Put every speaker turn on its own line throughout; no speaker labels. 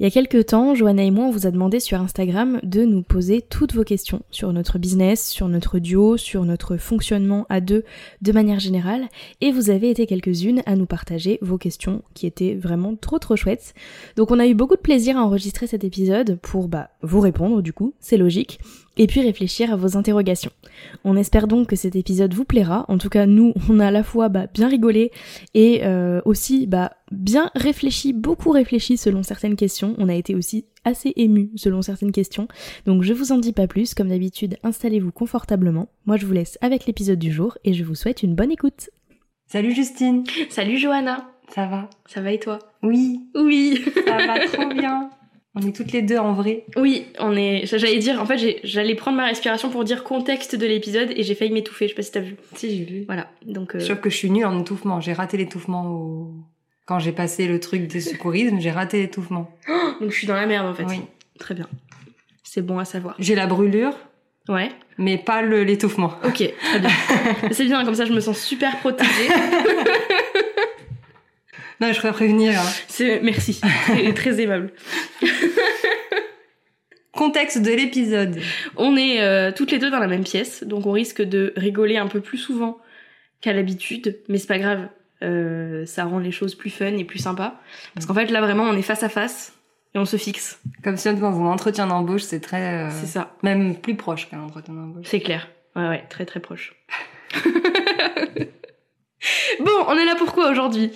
Il y a quelques temps, Johanna et moi, on vous a demandé sur Instagram de nous poser toutes vos questions sur notre business, sur notre duo, sur notre fonctionnement à deux de manière générale. Et vous avez été quelques-unes à nous partager vos questions qui étaient vraiment trop trop chouettes. Donc on a eu beaucoup de plaisir à enregistrer cet épisode pour bah, vous répondre du coup, c'est logique, et puis réfléchir à vos interrogations. On espère donc que cet épisode vous plaira. En tout cas, nous, on a à la fois bah, bien rigolé et euh, aussi bah, bien réfléchi, beaucoup réfléchi selon certaines questions. On a été aussi assez ému selon certaines questions. Donc je vous en dis pas plus. Comme d'habitude, installez-vous confortablement. Moi, je vous laisse avec l'épisode du jour et je vous souhaite une bonne écoute.
Salut Justine
Salut Johanna
Ça va
Ça va et toi
Oui,
Oui
ça va trop bien On est toutes les deux en vrai.
Oui, on est. J'allais dire, en fait, j'allais prendre ma respiration pour dire contexte de l'épisode et j'ai failli m'étouffer. Je sais pas si t'as vu.
Si, j'ai vu.
Voilà, donc. euh,
Sauf que je suis nulle en étouffement. J'ai raté l'étouffement au... quand j'ai passé le truc des secourisme, j'ai raté l'étouffement.
Donc je suis dans la merde en fait.
Oui.
Très bien. C'est bon à savoir.
J'ai la brûlure,
Ouais.
mais pas le- l'étouffement.
Ok, très bien. C'est bien, comme ça je me sens super protégée.
Non, je pourrais prévenir. hein.
C'est... Merci. C'est très aimable.
Contexte de l'épisode.
On est euh, toutes les deux dans la même pièce, donc on risque de rigoler un peu plus souvent qu'à l'habitude, mais c'est pas grave. Euh, ça rend les choses plus fun et plus sympa. Parce qu'en fait là vraiment on est face à face et on se fixe.
Comme si on était dans un entretien d'embauche, c'est très... euh,
C'est ça.
Même plus proche qu'un entretien d'embauche.
C'est clair. Ouais, ouais, très très proche. bon, on est là pourquoi aujourd'hui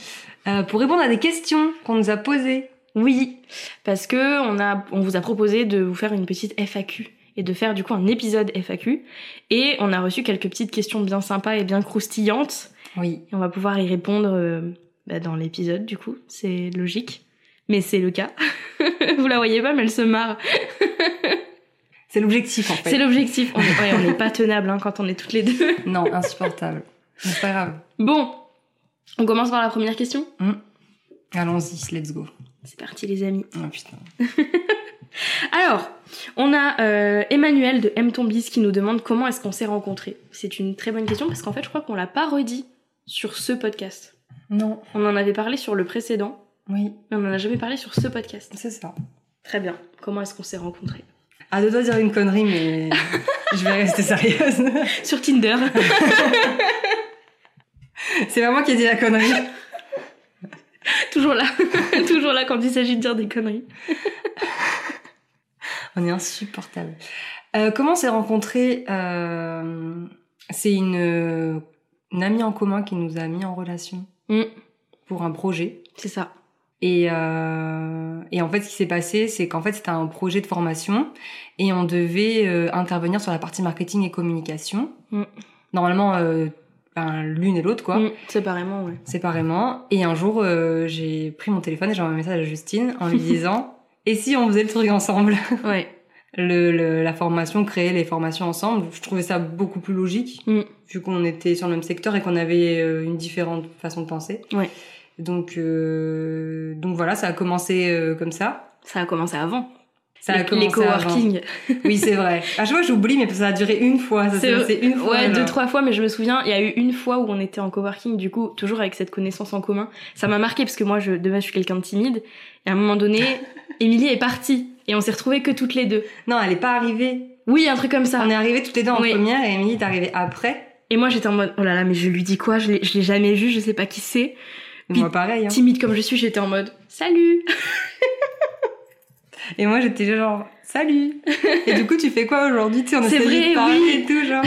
Euh, pour répondre à des questions qu'on nous a posées.
Oui, parce que on a, on vous a proposé de vous faire une petite FAQ et de faire du coup un épisode FAQ. Et on a reçu quelques petites questions bien sympas et bien croustillantes.
Oui.
Et on va pouvoir y répondre euh, bah, dans l'épisode du coup. C'est logique, mais c'est le cas. vous la voyez pas, mais elle se marre.
C'est l'objectif, en fait.
C'est l'objectif. On est, ouais, on n'est pas tenable hein, quand on est toutes les deux.
Non, insupportable. Mais c'est pas grave.
Bon, on commence par la première question.
Allons-y, let's go.
C'est parti les amis.
Oh, putain.
Alors, on a euh, Emmanuel de M Tombis qui nous demande comment est-ce qu'on s'est rencontrés. C'est une très bonne question parce qu'en fait, je crois qu'on l'a pas redit sur ce podcast.
Non.
On en avait parlé sur le précédent,
Oui,
mais on n'en a jamais parlé sur ce podcast.
c'est ça.
Très bien. Comment est-ce qu'on s'est rencontrés
À deux doigts de dire une connerie, mais je vais rester sérieuse.
Sur Tinder.
c'est pas moi qui ai dit la connerie.
Toujours là. Toujours là quand il s'agit de dire des conneries.
On est insupportable. Euh, comment on s'est rencontrés euh, C'est une, une amie en commun qui nous a mis en relation
Mm.
pour un projet.
C'est ça.
Et, euh, et en fait, ce qui s'est passé, c'est qu'en fait, c'était un projet de formation et on devait euh, intervenir sur la partie marketing et communication.
Mm.
Normalement, euh, ben, l'une et l'autre, quoi,
Mm, Séparément, ouais.
séparément. Et un jour, euh, j'ai pris mon téléphone et j'ai envoyé un message à Justine en lui disant « Et si on faisait le truc ensemble
Ouais. ?»
le, le- La formation, créer les formations ensemble, je trouvais ça beaucoup plus logique
Mm.
vu qu'on était sur le même secteur et qu'on avait euh, une différente façon de penser.
Ouais.
Donc, euh, donc voilà, ça a commencé euh, comme ça.
Ça a commencé avant.
Ça
les,
a commencé
les coworking.
avant. Oui, c'est vrai. À chaque fois, j'oublie, mais ça a duré une fois. Ça
C'est-
s'est passé une fois.
Ouais,
genre.
deux, trois fois, mais je me souviens, il y a eu une fois où on était en coworking, du coup, toujours avec cette connaissance en commun. Ça m'a marqué parce que moi, je, de base, je suis quelqu'un de timide. Et à un moment donné, Émilie est partie et on s'est retrouvés que toutes les deux.
Non, elle est pas arrivée.
Oui, un truc comme ça.
On est arrivés toutes les deux en
Oui.
première et Emily est arrivée après.
Et moi, j'étais en mode, oh là là, mais je lui dis quoi? Je l'ai je l'ai jamais vu, je sais pas qui c'est.
Et
Puis-
Moi, pareil. hein.
Timide comme je suis, j'étais en mode, salut!
Et moi, j'étais genre, salut. et du coup, tu fais quoi aujourd'hui Tu sais, on
C'est
essaie
vrai,
de parler
oui.
et tout, genre.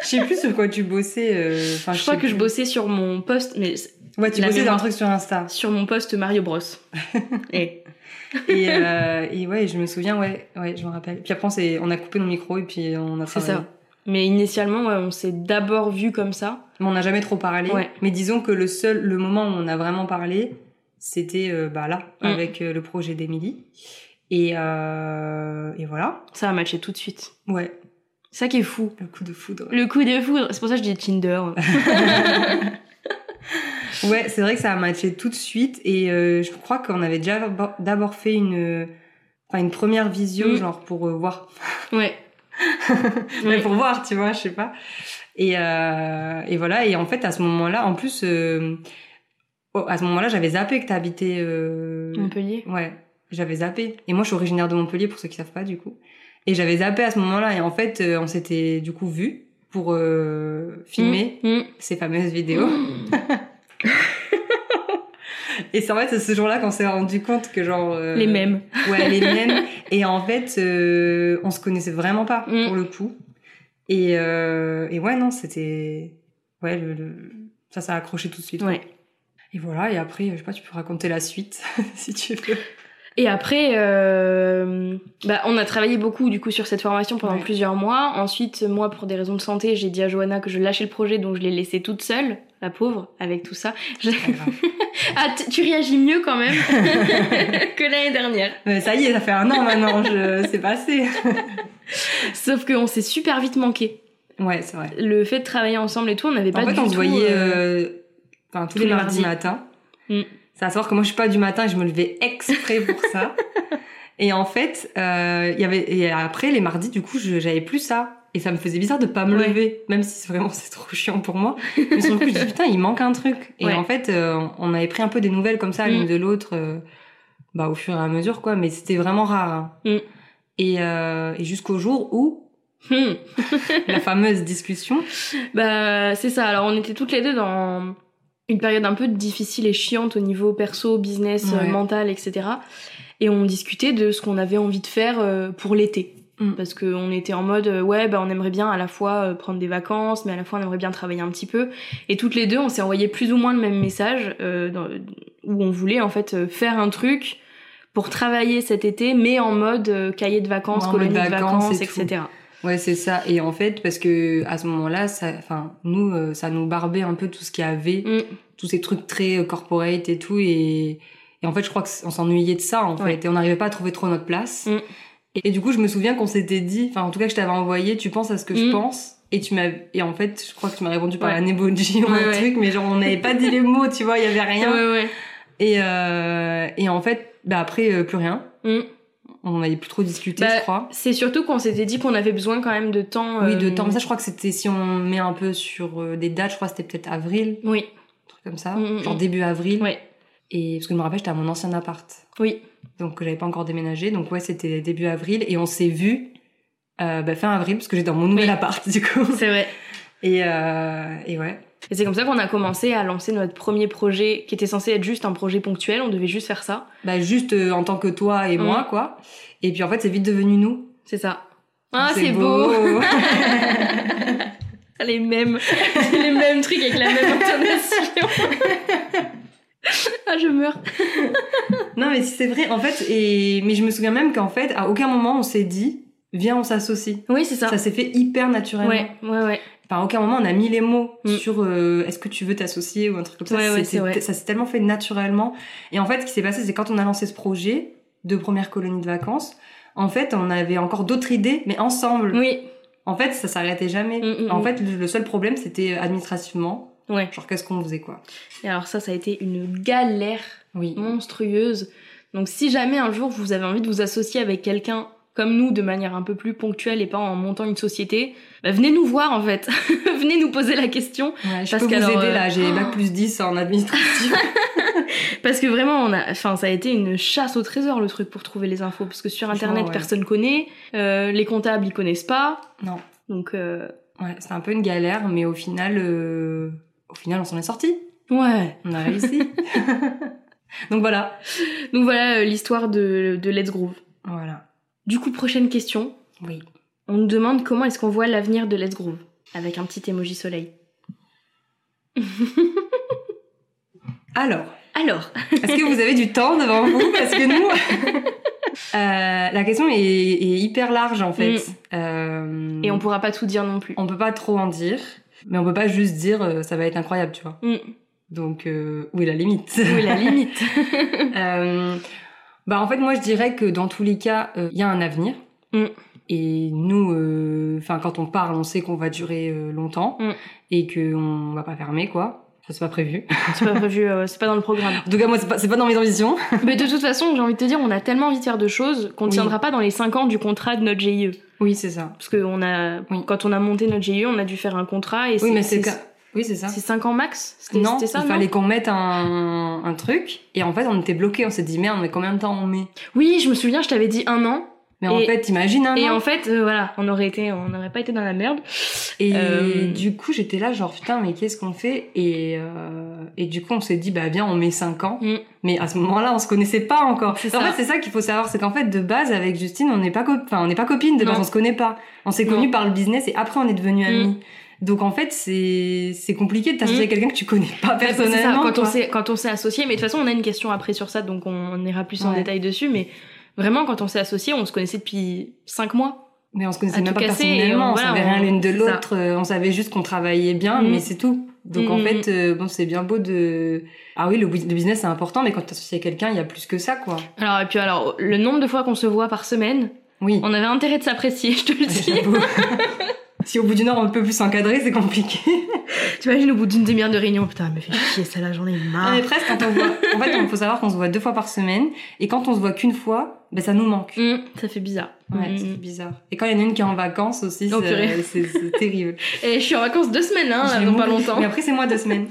Je sais plus sur quoi tu bossais. euh, enfin,
je crois
sais
que je
plus.
bossais sur mon post, mais
Ouais, tu
la
bossais dans un
mémoire.
truc sur Insta.
sur mon post Mario Bros. Et
Et, euh, et ouais, je me souviens, ouais, ouais, je me rappelle. Puis après, on, s'est- on a coupé nos micros et puis on a
c'est
travaillé.
ça. Mais initialement, ouais, on s'est d'abord vu comme ça.
Mais on n'a jamais trop parlé.
Ouais.
Mais disons que le seul, le moment où on a vraiment parlé, c'était euh, bah, là,
Mm.
avec euh, le projet d'Émilie. Et, euh, et voilà.
Ça a matché tout de suite.
Ouais,
Ça qui est fou.
le coup de foudre.
Le coup de foudre, c'est pour ça que je dis Tinder.
Ouais, c'est vrai que ça a matché tout de suite. Et euh, je crois qu'on avait déjà d'abord- d'abord fait une, enfin, une première visio,
Mm.
genre pour euh, voir.
ouais.
Mais
Ouais.
pour voir, tu vois, je sais pas. Et, euh, et voilà. Et en fait, à ce moment-là, en plus, euh, oh, à ce moment-là, j'avais zappé que t'habitais. Euh...
Montpellier.
Ouais, j'avais zappé. Et moi, je suis originaire de Montpellier, pour ceux qui savent pas, du coup. Et j'avais zappé à ce moment-là. Et en fait, euh, on s'était du coup vu pour euh, filmer
Mm, mm.
ces fameuses vidéos. Et c'est en fait c'est ce jour-là qu'on s'est rendu compte que genre euh,
Les mêmes.
Ouais, les mêmes. Et en fait, euh, on se connaissait vraiment pas
Mm.
pour le coup. Et, euh, et ouais, non, c'était ouais le, le- ça, ça a accroché tout de suite.
Ouais.
Et voilà. Et après, je sais pas, tu peux raconter la suite si tu veux.
Et après, euh, bah, on a travaillé beaucoup du coup sur cette formation pendant
Ouais.
plusieurs mois. Ensuite, moi, pour des raisons de santé, j'ai dit à Johanna que je lâchais le projet, donc je l'ai laissée toute seule, la pauvre, avec tout ça. Je-
C'est pas grave.
Ah, tu- tu réagis mieux quand même que l'année dernière.
Mais ça y est, ça fait un an maintenant. Je... C'est passé.
Sauf qu'on s'est super vite manqué.
Ouais, c'est vrai.
Le fait de travailler ensemble et tout, on n'avait pas
en fait,
du
on
tout.
se voyait
euh,
euh, enfin, tous, les, mardis matin.
Mm.
C'est à savoir que moi, je suis pas du matin et je me levais exprès pour ça. Et en fait, euh, il y avait et après les mardis, du coup, je- j'avais plus ça. Et ça me faisait bizarre de pas me
Ouais.
lever, même si c'est vraiment c'est trop chiant pour moi. Mais sur le coup, je me suis dit, putain, il manque un truc. Et
Ouais.
en fait, euh, on avait pris un peu des nouvelles comme ça, l'une
Mm.
de l'autre, euh, bah, au fur et à mesure, quoi. Mais c'était vraiment rare. hein.
Mm.
Et, euh, et jusqu'au jour où
hmm.
la fameuse discussion.
Bah, c'est ça. Alors, on était toutes les deux dans une période un peu difficile et chiante au niveau perso, business, euh,
Ouais.
mental, etc. Et on discutait de ce qu'on avait envie de faire euh, pour l'été.
Mm.
Parce qu'on était en mode, euh, ouais, bah, on aimerait bien à la fois euh, prendre des vacances, mais à la fois on aimerait bien travailler un petit peu. Et toutes les deux, on s'est envoyé plus ou moins le même message euh, dans- où on voulait en fait euh, faire un truc pour travailler cet été, mais en mode euh, cahier de vacances,
Ouais, en
colonie de
mode
vacances,
vacances et tout.
etc.
Ouais, c'est ça. Et en fait, parce que à ce moment-là, ça, enfin, nous, euh, ça nous barbait un peu tout ce qu'il y avait,
Mm.
tous ces trucs très euh, corporate et tout. Et, et en fait, je crois que c- on s'ennuyait de ça, en
Ouais.
fait. Et on n'arrivait pas à trouver trop notre place.
Mm.
Et, et du coup, je me souviens qu'on s'était dit, enfin, en tout cas, que je t'avais envoyé, tu penses à ce que je
Mm.
pense. Et tu m'as, et en fait, je crois que tu m'as répondu par
Ouais.
la néboji ou
Ouais,
un
ouais.
truc, mais genre, on n'avait pas dit les mots, tu vois, il y avait rien.
Ouais, ouais.
Et, euh, et en fait, bah après, euh, plus rien.
Mm.
On n'avait plus trop discuté,
Bah,
je crois.
C'est surtout qu'on s'était dit qu'on avait besoin quand même de temps.
Oui,
euh,
de temps. Mais ça, je crois que c'était, si on met un peu sur euh, des dates, je crois que c'était peut-être avril,
Oui,
un truc comme ça.
Mm, mm,
genre
mm.
début avril.
ouais,
Et parce que je me rappelle, j'étais à mon ancien appart.
oui,
Donc, j'avais pas encore déménagé. Donc, ouais, c'était début avril. Et on s'est vu euh, bah, fin avril, parce que j'étais dans mon nouvel
Oui.
appart, du coup.
c'est vrai.
Et, euh, et ouais.
Et c'est comme ça qu'on a commencé à lancer notre premier projet qui était censé être juste un projet ponctuel, on devait juste faire ça.
Bah, juste euh, en tant que toi et
Mm.
moi, quoi. Et puis, en fait, c'est vite devenu nous.
C'est ça. Ah, c'est beau! Les mêmes, les mêmes trucs avec la même intonation. ah, je meurs.
Non, mais c'est vrai, en fait. Et... Mais je me souviens même qu'en fait, à aucun moment, on s'est dit, viens, on s'associe.
Oui, c'est ça.
Ça s'est fait hyper naturellement.
ouais, ouais, ouais.
Enfin, à aucun moment on a mis les mots
Mm.
sur euh, est-ce que tu veux t'associer ou un truc comme ça.
Ouais, ouais,
C'était-
c'est vrai.
ça s'est tellement fait naturellement. Et en fait, ce qui s'est passé, c'est quand on a lancé ce projet de première colonie de vacances, en fait, on avait encore d'autres idées, mais ensemble.
Oui.
En fait, ça s'arrêtait jamais.
Mm, mm,
En
mm.
fait, le le seul problème, c'était euh, administrativement.
Ouais.
Genre, qu'est-ce qu'on faisait, quoi.
Et alors, ça, ça a été une galère.
Oui.
monstrueuse. Donc si jamais un jour vous avez envie de vous associer avec quelqu'un comme nous de manière un peu plus ponctuelle et pas en montant une société, bah, venez nous voir en fait. venez nous poser la question
Ouais, je
Parce
peux vous
qu'alors,
aider,
euh,
là. J'ai bac plus 10 en administratif.
parce que vraiment on a enfin ça a été une chasse au trésor le truc pour trouver les infos parce que sur
Franchement,
internet
ouais.
personne connaît, euh, les comptables ils connaissent pas.
Non.
Donc euh,
ouais, c'est un peu une galère, mais au final, euh, au final, on s'en est sorti.
ouais.
On a réussi. Donc voilà.
Donc voilà euh, l'histoire de de Let's Groove.
Voilà.
Du coup prochaine question,
Oui.
on nous demande comment est-ce qu'on voit l'avenir de Let's Groove. avec un petit émoji soleil.
Alors,
Alors,
est-ce que vous avez du temps devant vous Parce que nous, euh, la question est, est hyper large en fait. Euh,
Mm. et on pourra pas tout dire non plus.
on peut pas trop en dire, mais on peut pas juste dire euh, ça va être incroyable, tu vois.
Mm.
Donc euh, où est la limite
Où est la limite
Euh, bah en fait moi je dirais que dans tous les cas euh, il y a un avenir
Mm.
et nous euh, enfin quand on parle on sait qu'on va durer euh, longtemps
Mm.
et que on va pas fermer quoi ça c'est pas prévu
C'est pas prévu, euh, c'est pas dans le programme.
en tout cas moi c'est pas, c'est pas dans mes ambitions
Mais de toute façon, j'ai envie de te dire, on a tellement envie de faire de choses qu'on ne
Oui.
tiendra pas dans les 5 ans du contrat de notre GIE.
oui c'est ça
Parce que on a,
Oui.
quand on a monté notre GIE, on a dû faire un contrat et
oui mais c'est
c'est
ca- oui c'est ça
c'est 5 ans max C'était
non,
c'était ça,
il
non
fallait qu'on mette un, un truc et en fait on était bloqué on s'est dit merde mais combien de temps on met
Oui, je me souviens, je t'avais dit un an.
mais en
Et-
fait t'imagines un
et
an.
en fait, euh, voilà, on aurait été, on n'aurait pas été dans la merde.
Et
Euh,
du coup, j'étais là, genre putain, mais qu'est-ce qu'on fait et, euh, et du coup, on s'est dit, bah viens, on met 5 ans.
Mm.
Mais à ce moment-là, on se connaissait pas encore. En
C'est ça.
fait, c'est ça qu'il faut savoir, c'est qu'en fait, de base, avec Justine, on n'est pas, cop- enfin, on n'est pas copines de base,
Non.
on se connaît pas. On s'est
Non.
connus par le business et après, on est devenus
Mm.
amis. Donc en fait, c'est c'est compliqué de t'associer
Mm.
à quelqu'un que tu connais pas
C'est ça,
personnellement.
quand on
quoi.
s'est quand on s'est associé, mais de toute façon, on a une question après sur ça, donc on, on ira plus en
Ouais.
détail dessus. Mais vraiment, quand on s'est associé, on se connaissait depuis 5 mois.
Mais on se connaissait
à
même
tout
pas
casser, et
personnellement,
on-
on,
voilà,
savait
on-
rien l'une de
c'est ça.
l'autre, euh, on savait juste qu'on travaillait bien,
Mm.
mais c'est tout. Donc en
Mm,
fait, euh, bon, c'est bien beau de... Ah oui, le, bu- le business c'est important, mais quand t'es associé à quelqu'un, il y a plus que ça, quoi.
Alors et puis alors, le nombre de fois qu'on se voit par semaine,
Oui.
on avait intérêt de s'apprécier, je te le dis.
J'avoue. si au bout d'une heure on peut plus s'encadrer, c'est compliqué.
T'imagines au bout d'une demi-heure de réunion, putain, elle me fait chier celle-là, j'en ai
Non,
marre.
mais presque, quand on voit... En fait, il faut savoir qu'on se voit deux fois par semaine, et quand on se voit qu'une fois, ben, ça nous manque.
Hum, ça fait bizarre.
Ouais,
Hum,
c'est
hum.
bizarre. Et quand il y en a une qui est en vacances aussi,
Oh, purée.
c'est- c'est c'est terrible.
Et je suis en vacances deux semaines, hein,
Je vais
dans pas
mourir.
longtemps.
Mais après, c'est moi deux semaines.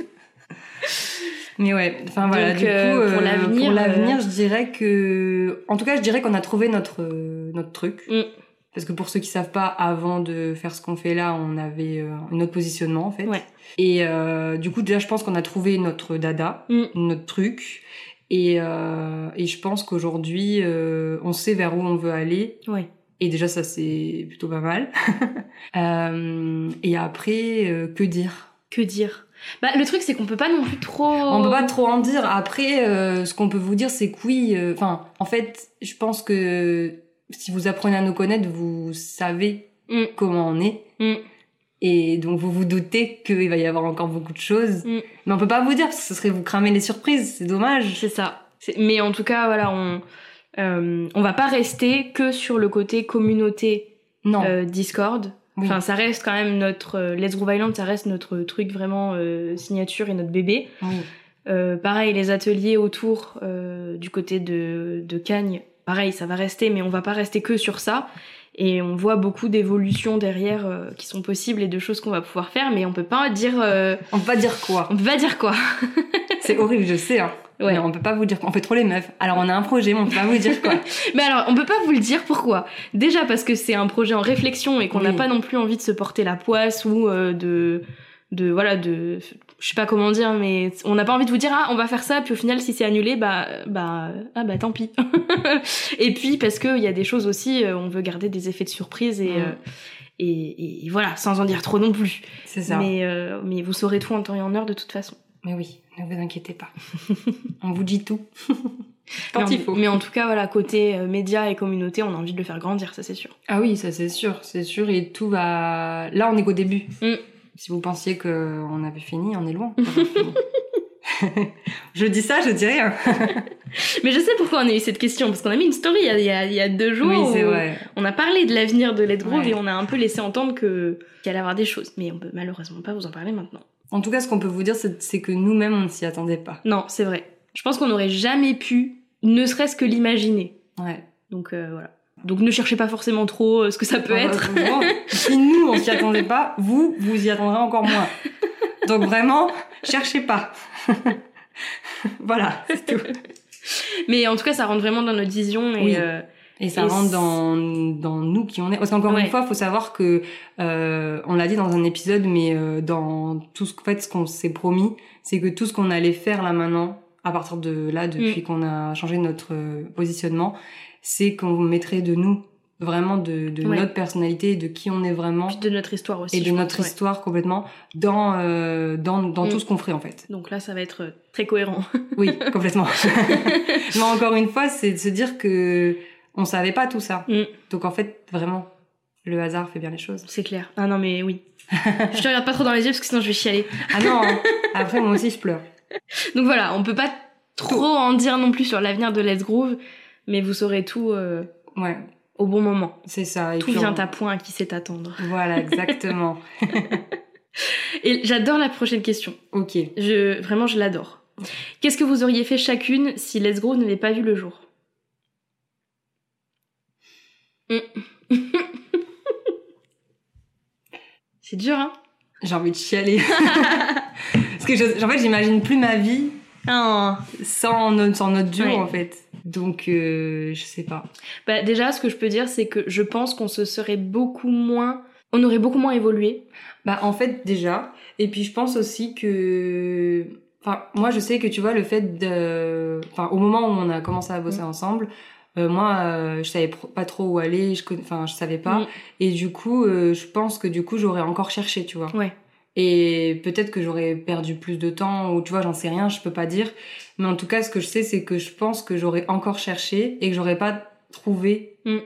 Mais ouais, enfin voilà,
Donc,
du coup,
euh, pour
euh,
l'avenir,
pour l'avenir, je dirais que. En tout cas, je dirais qu'on a trouvé notre, euh, notre truc.
Mm.
Parce que pour ceux qui savent pas, avant de faire ce qu'on fait là, on avait euh, un autre positionnement en fait.
Ouais.
Et euh, du coup, déjà, je pense qu'on a trouvé notre dada,
Mm.
notre truc. Et, euh, et je pense qu'aujourd'hui, euh, on sait vers où on veut aller.
Ouais.
Et déjà, ça, c'est plutôt pas mal. Euh, et après, euh, que dire
Que dire Bah, le truc, c'est qu'on peut pas non plus trop.
On peut pas trop en dire. Après, euh, ce qu'on peut vous dire, c'est que oui. euh, Enfin, en fait, je pense que si vous apprenez à nous connaître, vous savez
Mm.
comment on est.
Mm.
Et donc, vous vous doutez qu'il va y avoir encore beaucoup de choses.
Mm.
Mais on peut pas vous dire, parce que ce serait vous cramer les surprises. C'est dommage.
C'est ça. C'est- Mais en tout cas, voilà, on, euh, on va pas rester que sur le côté communauté
Non.
euh, Discord.
Oui.
Enfin, ça reste quand même notre euh, Let's Groove Island, ça reste notre truc vraiment euh, signature et notre bébé.
Oui.
Euh, pareil, les ateliers autour euh, du côté de, de Cagnes, pareil, ça va rester, mais on va pas rester que sur ça. Et on voit beaucoup d'évolutions derrière euh, qui sont possibles et de choses qu'on va pouvoir faire, mais on peut pas dire, euh,
On peut pas dire quoi.
on peut pas dire quoi.
c'est horrible, je sais. Hein.
Ouais.
Mais on peut pas vous dire quoi. On fait trop les meufs. Alors, on a un projet, mais on peut pas vous dire quoi.
Mais alors, on peut pas vous le dire pourquoi. Déjà parce que c'est un projet en réflexion et qu'on n'a
Oui.
pas non plus envie de se porter la poisse ou euh, de, de voilà, de, je sais pas comment dire, mais on n'a pas envie de vous dire ah on va faire ça, puis au final si c'est annulé bah bah ah bah tant pis. et puis parce que il y a des choses aussi, euh, on veut garder des effets de surprise et
Ouais.
euh, et, et voilà, sans en dire trop non plus.
C'est ça.
Mais, euh, mais vous saurez tout en temps et en heure de toute façon.
Mais oui, ne vous inquiétez pas. on vous dit tout.
mais, en, mais en tout cas, voilà, côté euh, médias et communauté, on a envie de le faire grandir, ça c'est sûr.
Ah oui, ça c'est sûr, c'est sûr. Et tout va. Là, on est qu'au début.
Mm.
Si vous pensiez qu'on avait fini, on est loin. On a fini. je dis ça, je dis rien.
Mais je sais pourquoi on a eu cette question, parce qu'on a mis une story il y a, il y a- il y a deux jours.
Oui, c'est
où
vrai.
On a parlé de l'avenir de Let's Groove
Ouais.
et on a un peu laissé entendre que qu'il allait y avoir des choses. Mais on peut malheureusement pas vous en parler maintenant.
En tout cas, ce qu'on peut vous dire, c'est c'est que nous-mêmes, on ne s'y attendait pas.
Non, c'est vrai. Je pense qu'on n'aurait jamais pu, ne serait-ce que l'imaginer.
Ouais.
Donc euh, voilà. Donc ne cherchez pas forcément trop euh, ce que ça peut
On va-
être.
vraiment, si nous, on s'y attendait pas, vous, vous y attendrez encore moins. Donc vraiment, cherchez pas. voilà, c'est tout.
Mais en tout cas, ça rentre vraiment dans notre vision et
Oui.
euh,
Et ça
Et
rentre
c-
dans, dans nous qui on est. Parce qu'encore
Ouais.
une fois, faut savoir que euh, on l'a dit dans un épisode, mais euh, dans tout ce, en fait, ce qu'on s'est promis, c'est que tout ce qu'on allait faire là maintenant, à partir
Mm.
de là, depuis qu'on a changé notre euh, positionnement, c'est qu'on mettrait de nous vraiment de, de
Ouais.
notre personnalité, de qui on est vraiment
Puis de notre histoire aussi.
et
je
de
pense,
notre
ouais.
histoire complètement dans euh, dans, dans
Mm.
tout ce qu'on ferait en fait.
Donc là, ça va être euh, très cohérent.
Oui, complètement. Mais encore une fois, c'est de se dire que on savait pas tout ça.
Mm.
Donc en fait, vraiment, le hasard fait bien les choses.
C'est clair. Ah non, mais oui. je te regarde pas trop dans les yeux parce que sinon je vais chialer.
Ah non, hein. après moi aussi je pleure.
Donc voilà, on peut pas trop en dire non plus sur l'avenir de Let's Groove, mais vous saurez tout euh,
Ouais,
au bon moment.
c'est ça. Et
Tout
puis, on-
vient à point à qui sait attendre.
Voilà, exactement.
Et j'adore la prochaine question.
ok.
Je, vraiment, je l'adore. Qu'est-ce que vous auriez fait chacune si Let's Groove n'avait pas vu le jour Mm. C'est dur, hein
J'ai envie de chialer. Parce que je- en fait, j'imagine plus ma vie
Ah.
Oh. sans, no- sans notre duo
Ouais.
en fait. Donc euh, je sais pas.
Bah, déjà, ce que je peux dire, c'est que je pense qu'on se serait beaucoup moins. On aurait beaucoup moins évolué.
Bah en fait déjà. Et puis je pense aussi que. Enfin moi je sais que tu vois le fait de. Enfin au moment où on a commencé à bosser ensemble. euh, moi, euh, je savais pro- pas trop où aller, je conna- enfin, je savais pas,
Mm.
et du coup, euh, je pense que du coup, j'aurais encore cherché, tu vois.
Ouais.
Et peut-être que j'aurais perdu plus de temps, ou tu vois, j'en sais rien, je peux pas dire. Mais en tout cas, ce que je sais, c'est que je pense que j'aurais encore cherché et que j'aurais pas trouvé,
Mm.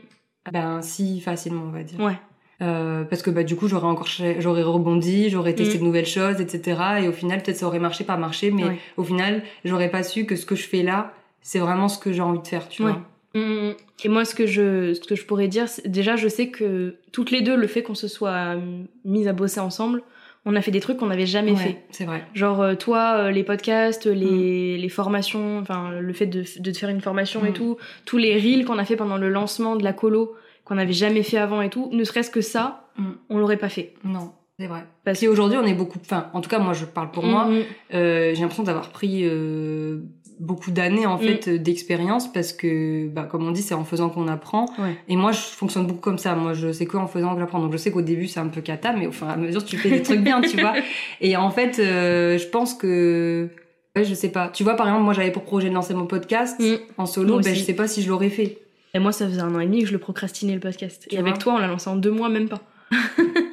ben si facilement, on va dire.
Ouais.
Euh, parce que bah du coup j'aurais encore ch- j'aurais rebondi, j'aurais testé
Mm.
de nouvelles choses, etc. Et au final peut-être ça aurait marché, pas marché, mais
Ouais.
au final j'aurais pas su que ce que je fais là, c'est vraiment ce que j'ai envie de faire, tu
Ouais.
vois.
Mm. Et moi, ce que je, ce que je pourrais dire, c'est- déjà, je sais que toutes les deux, le fait qu'on se soit euh, mises à bosser ensemble, on a fait des trucs qu'on n'avait jamais
Ouais,
fait.
c'est vrai.
Genre, euh, toi, euh, les podcasts,
Mmh.
les, les formations, enfin, le fait de, de te faire une formation et
Mm.
tout, tous les reels qu'on a fait pendant le lancement de la colo, qu'on n'avait jamais fait avant et tout, ne serait-ce que ça,
Mm.
on l'aurait pas fait.
Non, c'est vrai. Parce
Parce-
qu'aujourd'hui on est beaucoup, enfin en tout cas moi je parle pour moi,
Mm.
euh, j'ai l'impression d'avoir pris euh, beaucoup d'années en
Mm.
fait euh, d'expérience parce que bah, comme on dit c'est en faisant qu'on apprend
Ouais.
et moi je fonctionne beaucoup comme ça moi je sais quoi en faisant que j'apprends donc je sais qu'au début c'est un peu cata mais au fur et à mesure tu fais des trucs bien tu vois et en fait euh, je pense que ouais, je sais pas tu vois par exemple moi j'avais pour projet de lancer mon podcast
Mm.
en
Moi
solo ben,
aussi.
je sais pas si je l'aurais fait
Et moi, ça faisait un an et demi que je le procrastinais le podcast.
Tu
et avec
vois.
toi, on l'a lancé en deux mois, même pas.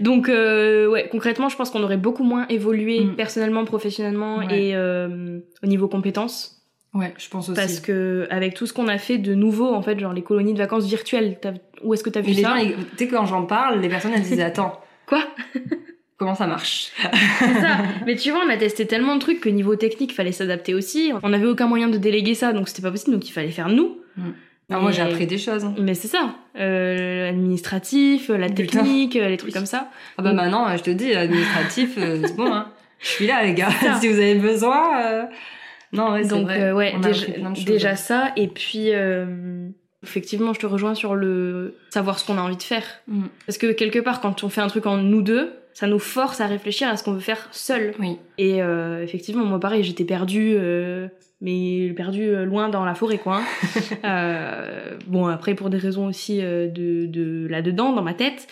Donc, euh, ouais, concrètement, je pense qu'on aurait beaucoup moins évolué
Mm.
personnellement, professionnellement
Ouais.
et euh, au niveau compétences.
ouais je pense aussi
Parce que, avec tout ce qu'on a fait de nouveau, en fait, genre les colonies de vacances virtuelles, t'as- où est-ce que t'as
mais
vu
les
ça
gens ils- tu sais quand j'en parle les personnes elles disent attends
Quoi
comment ça marche
C'est ça. Mais tu vois, on a testé tellement de trucs que niveau technique, fallait s'adapter aussi. On n'avait aucun moyen de déléguer ça, donc c'était pas possible, donc il fallait faire nous.
Mm. Ah, moi j'ai
Mais-
appris des choses hein.
Mais c'est ça, euh, l'administratif, la
Putain.
technique, euh, les trucs
Oui.
comme ça.
Ah bah
Mm.
maintenant, euh, je te dis, administratif, euh, c'est bon, hein. Je suis là, les gars.
C'est ça.
si vous avez besoin. euh, Non, ouais, c'est
Donc
vrai.
euh, ouais,
On a
déjà,
appris plein de choses.
déjà ça et puis euh, effectivement, je te rejoins sur le savoir ce qu'on a envie de faire
Mm.
parce que quelque part quand on fait un truc en nous deux, ça nous force à réfléchir à ce qu'on veut faire seul.
Oui.
Et euh, effectivement, moi pareil, j'étais perdue euh, mais perdue euh, loin dans la forêt quoi. hein. Euh, bon après pour des raisons aussi euh, de, de là-dedans dans ma tête,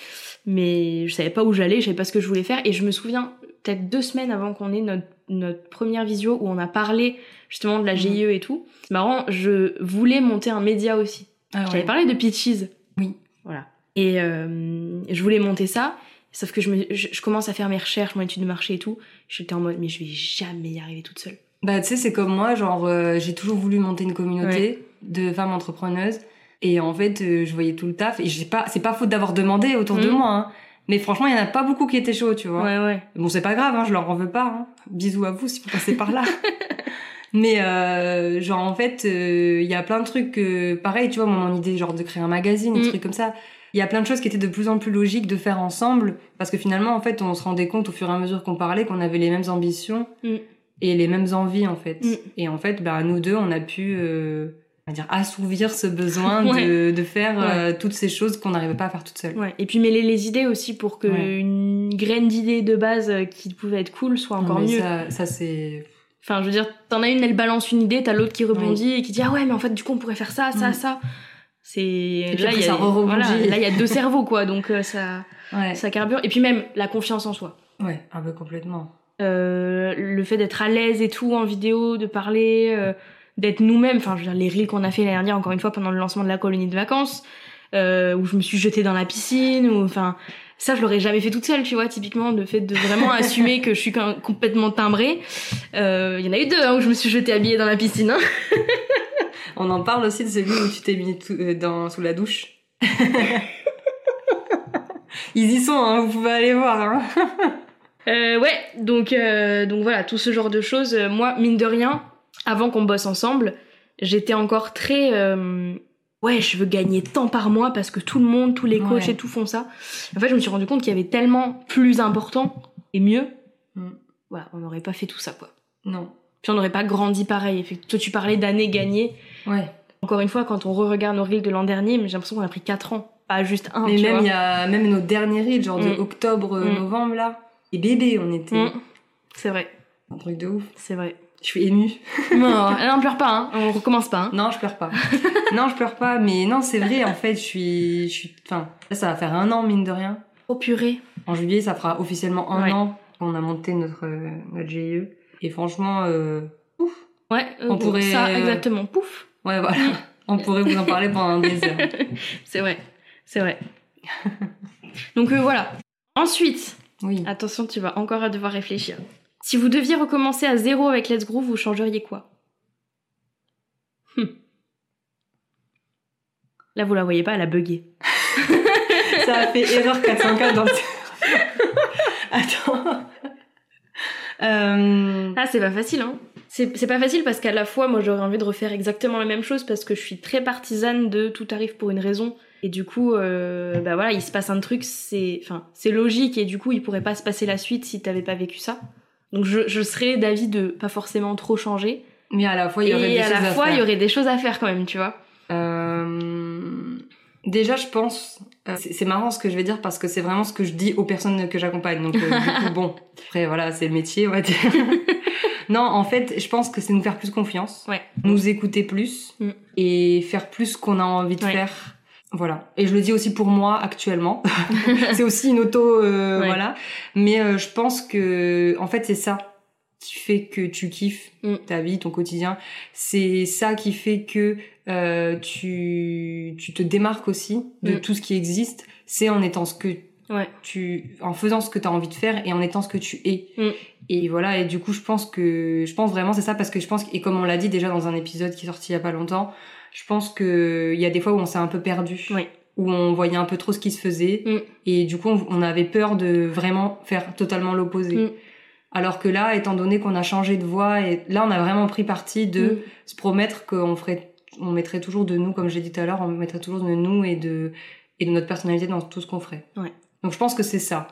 mais je savais pas où j'allais, je savais pas ce que je voulais faire et je me souviens peut-être deux semaines avant qu'on ait notre notre première visio où on a parlé justement de la
Mhm.
GIE et tout. C'est marrant, je voulais monter un média aussi.
Ah
J'avais
ouais.
parlé de Peaches.
Oui.
Voilà. Et euh, je voulais monter ça, sauf que je, me- je, je commence à faire mes recherches, mon étude de marché et tout. J'étais en mode, mais je vais jamais y arriver toute seule.
Bah, tu sais, c'est comme moi, genre, euh, j'ai toujours voulu monter une communauté de femmes entrepreneuses. Et en fait, euh, je voyais tout le taf. Et j'ai pas, c'est pas faute d'avoir demandé autour de
Mhm.
moi, hein. Mais franchement, il y en a pas beaucoup qui étaient chauds, tu vois.
Ouais, ouais.
Bon, c'est pas grave, hein, je leur en veux pas. hein. Bisous à vous si vous passez par là. Mais euh, genre en fait, euh, il y a plein de trucs euh, pareil, tu vois, moi, mon idée genre de créer un magazine, des
Mm.
trucs comme ça. Il y a plein de choses qui étaient de plus en plus logiques de faire ensemble parce que finalement en fait, on se rendait compte au fur et à mesure qu'on parlait qu'on avait les mêmes ambitions
Mm.
et les mêmes envies en fait.
Mm.
Et en fait, bah nous deux, on a pu euh, on va dire assouvir ce besoin de, de faire euh, toutes ces choses qu'on n'arrivait pas à faire toute seule.
ouais. Et puis mêler les idées aussi pour que
Ouais.
une graine d'idée de base euh, qui pouvait être cool soit encore
Mais
mieux.
Ça, ça c'est
Enfin, je veux dire, t'en as une, elle balance une idée, t'as l'autre qui rebondit et qui dit ah ouais, mais en fait, du coup, on pourrait faire ça, ça,
Mm.
ça. C'est
puis
là, il
après,
y a
ça re-rebondit.
voilà, là, il y a deux cerveaux quoi, donc euh, ça,
ouais,
ça carbure. Et puis même la confiance en soi.
ouais, un peu complètement.
Euh, le fait d'être à l'aise et tout en vidéo, de parler, euh, d'être nous-mêmes. Enfin, je veux dire, les reels qu'on a fait l'année dernière, encore une fois, pendant le lancement de la colonie de vacances. euh, où je me suis jetée dans la piscine, ou enfin ça je l'aurais jamais fait toute seule, tu vois. Typiquement le fait de vraiment assumer que je suis com- complètement timbrée. Euh, Il y en a eu deux hein, où je me suis jetée habillée dans la piscine. hein.
On en parle aussi de celui où tu t'es mis tout- euh, dans, sous la douche. Ils y sont, hein, vous pouvez aller voir. Hein.
Euh, ouais, donc euh, donc voilà tout ce genre de choses. Euh, Moi mine de rien, avant qu'on bosse ensemble, j'étais encore très euh, ouais je veux gagner tant par mois parce que tout le monde, tous les coachs
Ouais.
et tout font ça. En fait je me suis rendu compte qu'il y avait tellement plus important et mieux.
Mm.
Voilà, on n'aurait pas fait tout ça quoi.
Non.
Puis on n'aurait pas grandi pareil. Fait que Toi, tu parlais d'années gagnées.
Ouais.
Encore une fois, quand on re-regarde nos reels de l'an dernier, mais j'ai l'impression qu'on a pris 4 ans, pas juste un.
Mais
tu
même
vois.
il y a même nos derniers rides, genre de
Mm.
octobre, euh,
Mm.
novembre là. Et bébé, on était
Mm. C'est vrai,
un truc de ouf.
c'est vrai.
Je suis émue.
non, non, pleure pas, hein. on recommence pas. hein.
Non, je pleure pas. non, je pleure pas. Mais non, c'est vrai. En fait, je suis, je suis. Enfin, là, ça va faire un an mine de rien.
Oh purée.
En juillet, ça fera officiellement un
Ouais.
an qu'on a monté notre euh, notre GIE. Et franchement, euh,
Ouais,
On
euh,
pourrait-
Ça, exactement, pouf.
ouais, voilà. On pourrait vous en parler pendant des heures.
C'est vrai, c'est vrai. Donc euh, voilà. Ensuite,
Oui.
attention, tu vas encore devoir réfléchir. Si vous deviez recommencer à zéro avec Let's Groove, vous changeriez quoi Hmm. Là, vous la voyez pas, elle a bugué.
Ça a fait erreur 404 dans le Attends. Euh,
Ah, c'est pas facile, hein. C'est c'est pas facile parce qu'à la fois, moi, j'aurais envie de refaire exactement la même chose parce que je suis très partisane de tout arrive pour une raison. Et du coup, euh, bah voilà, il se passe un truc, c'est enfin, c'est logique et du coup, il pourrait pas se passer la suite si t'avais pas vécu ça. Donc, je, je serais d'avis de pas forcément trop changer.
Mais à la fois, il y aurait des
Et à
choses
la
à
fois,
faire.
il y aurait des choses à faire quand même, tu vois.
Euh, Déjà, je pense. euh, c'est c'est marrant ce que je vais dire parce que c'est vraiment ce que je dis aux personnes que j'accompagne. Donc, euh, du coup, bon. Après, voilà, c'est le métier, on va dire. non, en fait, je pense que c'est nous faire plus confiance,
Ouais.
nous écouter plus
Mm.
et faire plus ce qu'on a envie de
Ouais.
faire. Voilà. Et je le dis aussi pour moi actuellement. c'est aussi une auto, euh,
Ouais.
voilà. Mais euh, je pense que, en fait, c'est ça qui fait que tu kiffes
Mm.
ta vie, ton quotidien. C'est ça qui fait que euh, tu, tu te démarques aussi de
Mm.
tout ce qui existe. C'est en étant ce que
Ouais.
tu, en faisant ce que tu as envie de faire et en étant ce que tu es.
Mm.
Et voilà. Et du coup, je pense que, je pense vraiment c'est ça parce que je pense et comme on l'a dit déjà dans un épisode qui est sorti il y a pas longtemps, je pense que il y a des fois où on s'est un peu perdu.
Oui.
Où on voyait un peu trop ce qui se faisait
Mm.
et du coup on, on avait peur de vraiment faire totalement l'opposé.
Mm.
Alors que là, étant donné qu'on a changé de voie et là on a vraiment pris parti de
Mm.
se promettre qu'on ferait, on mettrait toujours de nous, comme j'ai dit tout à l'heure, on mettrait toujours de nous et de, et de notre personnalité dans tout ce qu'on ferait.
Ouais.
Donc je pense que c'est ça.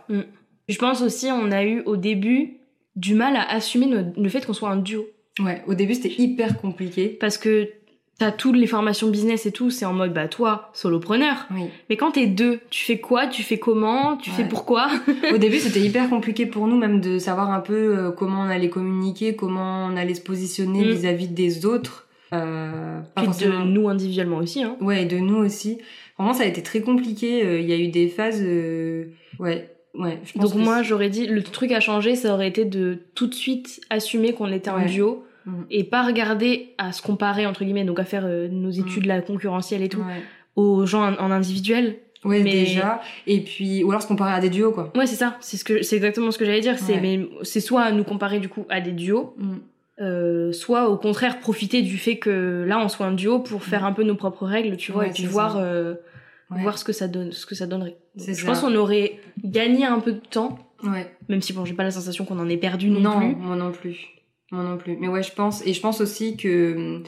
Je pense aussi, on a eu au début du mal à assumer nos- le fait qu'on soit un duo.
Ouais. Au début c'était hyper compliqué.
Parce que t'as toutes les formations business et tout, c'est en mode, bah toi, solopreneur.
Oui.
Mais quand t'es deux, tu fais quoi Tu fais comment Tu fais
Ouais.
pourquoi
Au début c'était hyper compliqué pour nous même de savoir un peu euh, comment on allait communiquer, comment on allait se positionner
Mm.
vis-à-vis des autres. Euh, pas
Puis
forcément-
de nous individuellement aussi. Hein.
Ouais, et de nous aussi. Vraiment, ça a été très compliqué. euh, Il y a eu des phases. euh, Ouais, ouais. Je pense
Donc
que
moi,
c'est-
j'aurais dit, le truc à changer, ça aurait été de tout de suite assumer qu'on était un
Ouais.
duo
Mhm.
et pas regarder à se comparer, entre guillemets, donc à faire euh, nos études là, concurrentielles et tout,
Mm. Ouais,
aux gens en, en individuel.
Ouais,
Mais-
déjà. Et puis, ou alors se comparer à des duos, quoi.
Ouais, c'est ça, c'est ce que- c'est exactement ce que j'allais dire. C'est
Ouais.
mais c'est soit nous comparer du coup à des duos,
Mm.
euh, soit au contraire profiter du fait que là on soit un duo pour faire un peu nos propres règles, tu vois,
Mm. Ouais,
et puis
c'est
voir,
ça.
euh,
Ouais.
voir ce que ça donne, ce que ça donnerait. Donc,
C'est
je
ça.
pense qu'on aurait gagné un peu de temps,
Ouais.
même si bon, j'ai pas la sensation qu'on en ait perdu non,
non,
plus.
moi non plus. Moi non plus. Mais ouais, je pense. Et je pense aussi que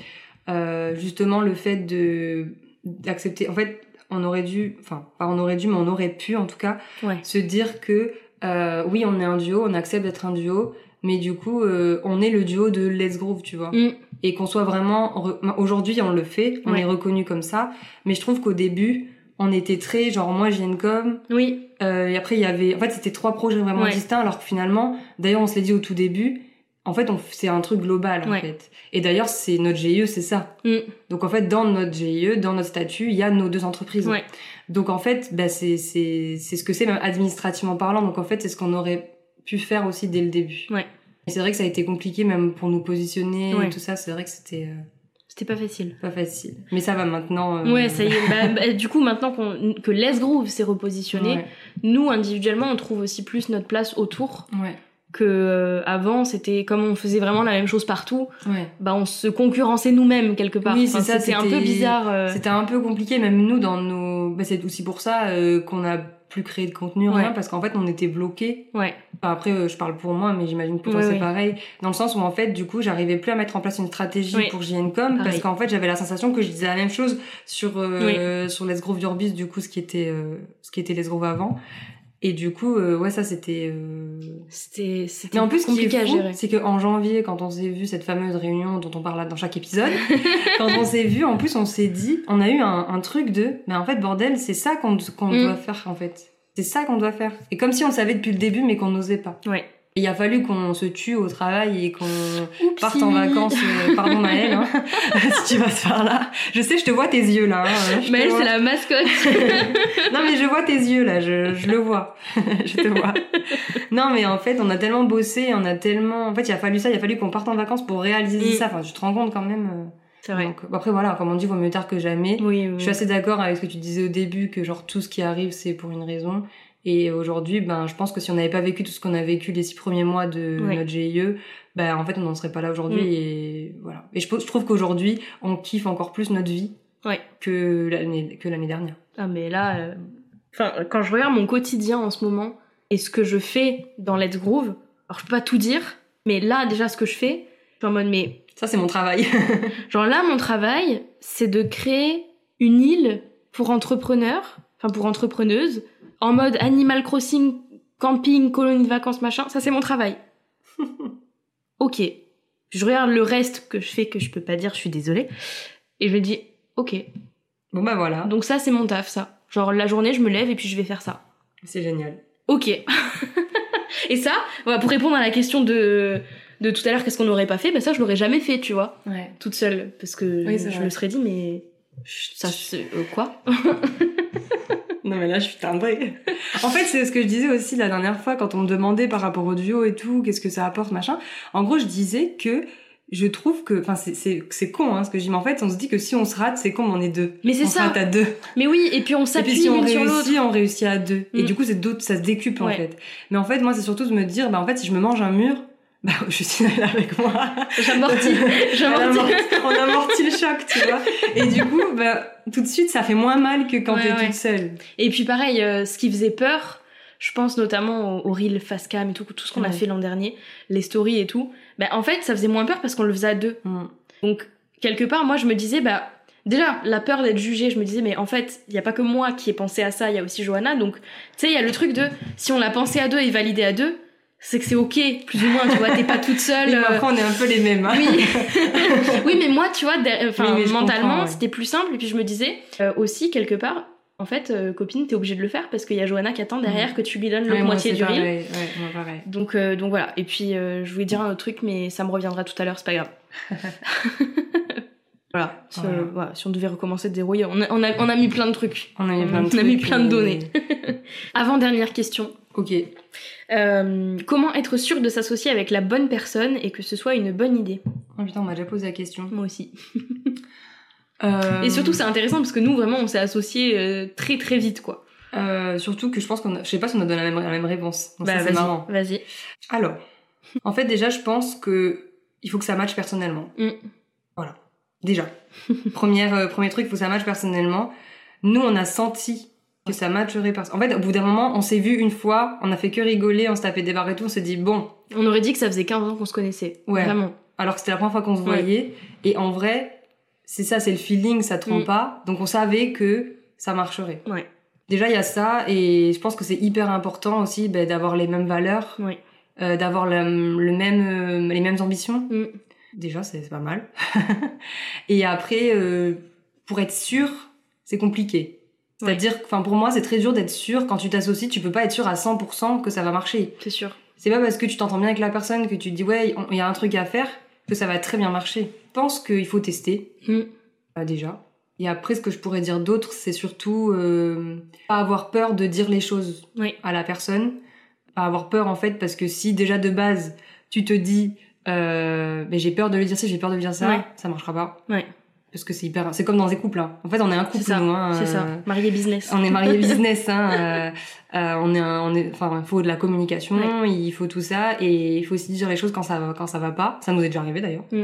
euh, justement le fait de d'accepter. En fait, on aurait dû, enfin, pas on aurait dû, mais on aurait pu en tout cas
Ouais.
se dire que euh, oui, on est un duo, on accepte d'être un duo, mais du coup, euh, on est le duo de Let's Groove, tu vois.
Mm.
Et qu'on soit vraiment. re- Aujourd'hui, on le fait, on
Ouais.
est reconnu comme ça. Mais je trouve qu'au début, on était très genre moi, je viens de com,
Oui,
Euh, et après, il y avait, en fait, c'était trois projets vraiment
Ouais.
distincts, alors que finalement, d'ailleurs, on se l'est dit au tout début, en fait, on... c'est un truc global, en
Ouais.
fait. Et d'ailleurs, c'est notre GIE, c'est ça.
Mm.
Donc, en fait, dans notre GIE, dans notre statut, il y a nos deux entreprises.
Ouais.
Donc, en fait, bah, c'est, c'est, c'est ce que c'est, même administrativement parlant. Donc, en fait, c'est ce qu'on aurait pu faire aussi dès le début.
Ouais.
Et c'est vrai que ça a été compliqué, même pour nous positionner
Ouais.
et tout ça. C'est vrai que c'était, euh,
C'était pas facile.
Pas facile. Mais ça va maintenant. euh,
Ouais, ça y est. Bah, bah, du coup, maintenant qu'on que Les Groove s'est repositionné,
Ouais.
nous, individuellement, on trouve aussi plus notre place autour
Ouais.
que euh, avant. C'était comme on faisait vraiment la même chose partout,
ouais.
bah, on se concurrençait nous-mêmes quelque part.
Oui, c'est ça,
C'était un
c'était-
peu bizarre. euh,
C'était un peu compliqué, même nous, dans nos. Bah, c'est aussi pour ça euh, qu'on a plus créé de contenu,
Ouais.
rien, parce qu'en fait, on était bloqués
Ouais.
Enfin, après, euh, je parle pour moi, mais j'imagine que pour toi
Oui,
c'est
oui.
pareil. Dans le sens où, en fait, du coup, j'arrivais plus à mettre en place une stratégie
Oui.
pour JNCOM parce
Pareil.
qu'en fait, j'avais la sensation que je disais la même chose sur, euh, sur Les Grove Urbis, du coup, ce qui était, euh, ce qui était Les Grove avant. Et du coup, euh, ouais, ça c'était. euh,
C'était c'était
Mais en plus, ce qui
compliqué
est
à
fou,
gérer.
c'est qu'en janvier, quand on s'est vu cette fameuse réunion dont on parle dans chaque épisode, quand on s'est vu, en plus, on s'est dit, on a eu un, un truc de, mais en fait, bordel, c'est ça qu'on qu'on
Mm.
doit faire, en fait. C'est ça qu'on doit faire. Et comme si on le savait depuis le début, mais qu'on n'osait pas.
Ouais.
Et Il a fallu qu'on se tue au travail et qu'on
Oupsie.
parte en vacances. euh, pardon Maëlle, hein, si tu passes par là. Je sais, je te vois tes yeux là. hein, je te
Maëlle,
vois.
c'est la mascotte.
non mais je vois tes yeux là, je, je le vois, je te vois. Non mais en fait, on a tellement bossé, on a tellement, en fait, il a fallu ça, il a fallu qu'on parte en vacances pour réaliser
Mm.
ça. Enfin, tu te rends compte quand même.
C'est
euh,
vrai.
donc, bon, après voilà, comme on dit, vaut mieux tard que jamais.
Oui, oui.
Je suis assez d'accord avec ce que tu disais au début que genre tout ce qui arrive c'est pour une raison. Et aujourd'hui, ben je pense que si on n'avait pas vécu tout ce qu'on a vécu les six premiers mois de
Ouais.
notre GIE, ben en fait on n'en serait pas là aujourd'hui.
Mm.
Et voilà. Et je, pense- je trouve qu'aujourd'hui on kiffe encore plus notre vie
Ouais.
que l'année que l'année dernière.
Ah mais là, euh, enfin quand je regarde mon quotidien en ce moment et ce que je fais dans Let's Groove, alors je peux pas tout dire, mais là déjà ce que je fais, je suis en mode mais
Ça c'est mon travail.
genre là mon travail, c'est de créer une île pour entrepreneurs, enfin pour entrepreneuses, en mode Animal Crossing, camping, colonie de vacances, machin. Ça c'est mon travail. ok. Je regarde le reste que je fais que je peux pas dire, je suis désolée, et je me dis ok.
bon ben voilà.
Donc ça c'est mon taf ça. Genre la journée je me lève et puis je vais faire ça.
C'est génial.
Ok. et ça, voilà, pour répondre à la question de, de tout à l'heure, qu'est-ce qu'on n'aurait pas fait Ben ça, je l'aurais jamais fait, tu vois,
Ouais.
toute seule. Parce que
Oui, c'est
je
vrai.
me serais dit, mais. Ça, c'est. euh, quoi
Non mais là je suis timbrée. en fait c'est ce que je disais aussi la dernière fois quand on me demandait par rapport au duo et tout, qu'est-ce que ça apporte machin. En gros je disais que je trouve que, enfin c'est- c'est c'est con hein, ce que je dis, mais en fait on se dit que si on se rate c'est con mais on est deux.
Mais c'est
on se
ça
rate à deux.
Mais oui, et puis on
Et puis
s'appuie
si on
l'une sur l'autre.
réussit, on réussit à deux. Et
Mm.
du coup c'est d'autres, ça se décuple en
Ouais.
fait. Mais en fait moi c'est surtout de me dire, bah en fait si je me mange un mur, bah je suis là avec moi.
J'amortis.
On
J'amortis.
amortit- on amortit le choc, tu vois. Et du coup, bah, tout de suite, ça fait moins mal que quand
Ouais,
t'es
ouais.
toute seule.
Et puis pareil, euh, ce qui faisait peur, je pense notamment au, au reel face cam et tout, tout ce qu'on a
Ouais.
fait l'an dernier, les stories et tout. Ben en fait, ça faisait moins peur parce qu'on le faisait à deux.
Mmh.
Donc, quelque part, moi, je me disais, bah, déjà, la peur d'être jugée, je me disais, mais en fait, il n'y a pas que moi qui ai pensé à ça, il y a aussi Johanna. Donc, tu sais, il y a le truc de, si on l'a pensé à deux et validé à deux, c'est que c'est ok, plus ou moins, tu vois, t'es pas toute
Oui,
seule.
mais
euh,
après, on est un peu les mêmes. hein.
oui. oui, mais moi, tu vois, de- enfin,
Oui, mais je comprends,
mentalement,
ouais.
c'était plus simple. Et puis, je me disais euh, aussi, quelque part, en fait, euh, copine, t'es obligée de le faire parce qu'il y a Johanna qui attend derrière que tu lui donnes
Mm. Ouais,
la
moi,
moitié
c'est
du reel.
pareil. Ouais, moi, pareil.
Donc, euh, donc voilà. Et puis, euh, je voulais dire un autre truc, mais ça me reviendra tout à l'heure, c'est pas grave. voilà. Si,
Voilà.
euh, voilà, si on devait recommencer de zéro, on a, on a, on a mis plein de trucs.
On a mis
On
plein de,
a mis
trucs,
plein de
mais-
données. Avant-dernière question.
ok.
Euh, comment être sûr de s'associer avec la bonne personne et que ce soit une bonne idée
Oh putain, on m'a déjà posé la question.
Moi aussi.
Euh,
Et surtout, c'est intéressant parce que nous, vraiment, on s'est associés euh, très très vite, quoi.
euh, surtout que je pense qu'on a... Je sais pas si on a donné la même, la même réponse. Donc ça, c'est marrant.
Bah, vas-y. Vas-y.
Alors, en fait, déjà, je pense que il faut que ça matche personnellement.
Mm.
Voilà. Déjà. Première, euh, premier truc, il faut que ça matche personnellement. Nous, on a senti que ça matcherait. Parce... En fait, au bout d'un moment, on s'est vu une fois, on a fait que rigoler, on se tapait des barres et tout, on s'est dit bon.
On aurait dit que ça faisait 15 ans qu'on se connaissait.
Ouais.
Vraiment.
Alors que c'était la première fois qu'on se voyait. Et en vrai, c'est ça, c'est le feeling, ça trompe
Mm.
pas. Donc on savait que ça marcherait.
Ouais.
Déjà, il y a ça, et je pense que c'est hyper important aussi ben, d'avoir les mêmes valeurs,
Ouais.
euh, d'avoir la- le même, euh, les mêmes ambitions.
Mm.
Déjà, c'est c'est pas mal. et après, euh, pour être sûr, c'est compliqué. C'est-à-dire, enfin pour moi, c'est très dur d'être sûr quand tu t'associes, tu peux pas être sûr à 100% que ça va marcher.
C'est sûr.
C'est pas parce que tu t'entends bien avec la personne que tu te dis ouais, il y a un truc à faire que ça va très bien marcher. Je pense qu'il faut tester
Mm.
euh, déjà. Et après, ce que je pourrais dire d'autre, c'est surtout euh, pas avoir peur de dire les choses
Oui.
à la personne, pas avoir peur en fait, parce que si déjà de base tu te dis euh, mais j'ai peur de lui dire ci, j'ai peur de lui dire ça,
Ouais.
ça marchera pas.
Ouais.
Parce que c'est hyper. C'est comme dans des couples. Hein. En fait, on est un couple,
C'est ça,
nous. hein,
c'est ça.
euh,
Marié business.
On est marié business, hein. euh, euh, on est, un- on est, enfin, il faut de la communication, il faut tout ça, et il faut aussi dire les choses quand ça, va- quand ça va pas. Ça nous est déjà arrivé d'ailleurs.
Mm.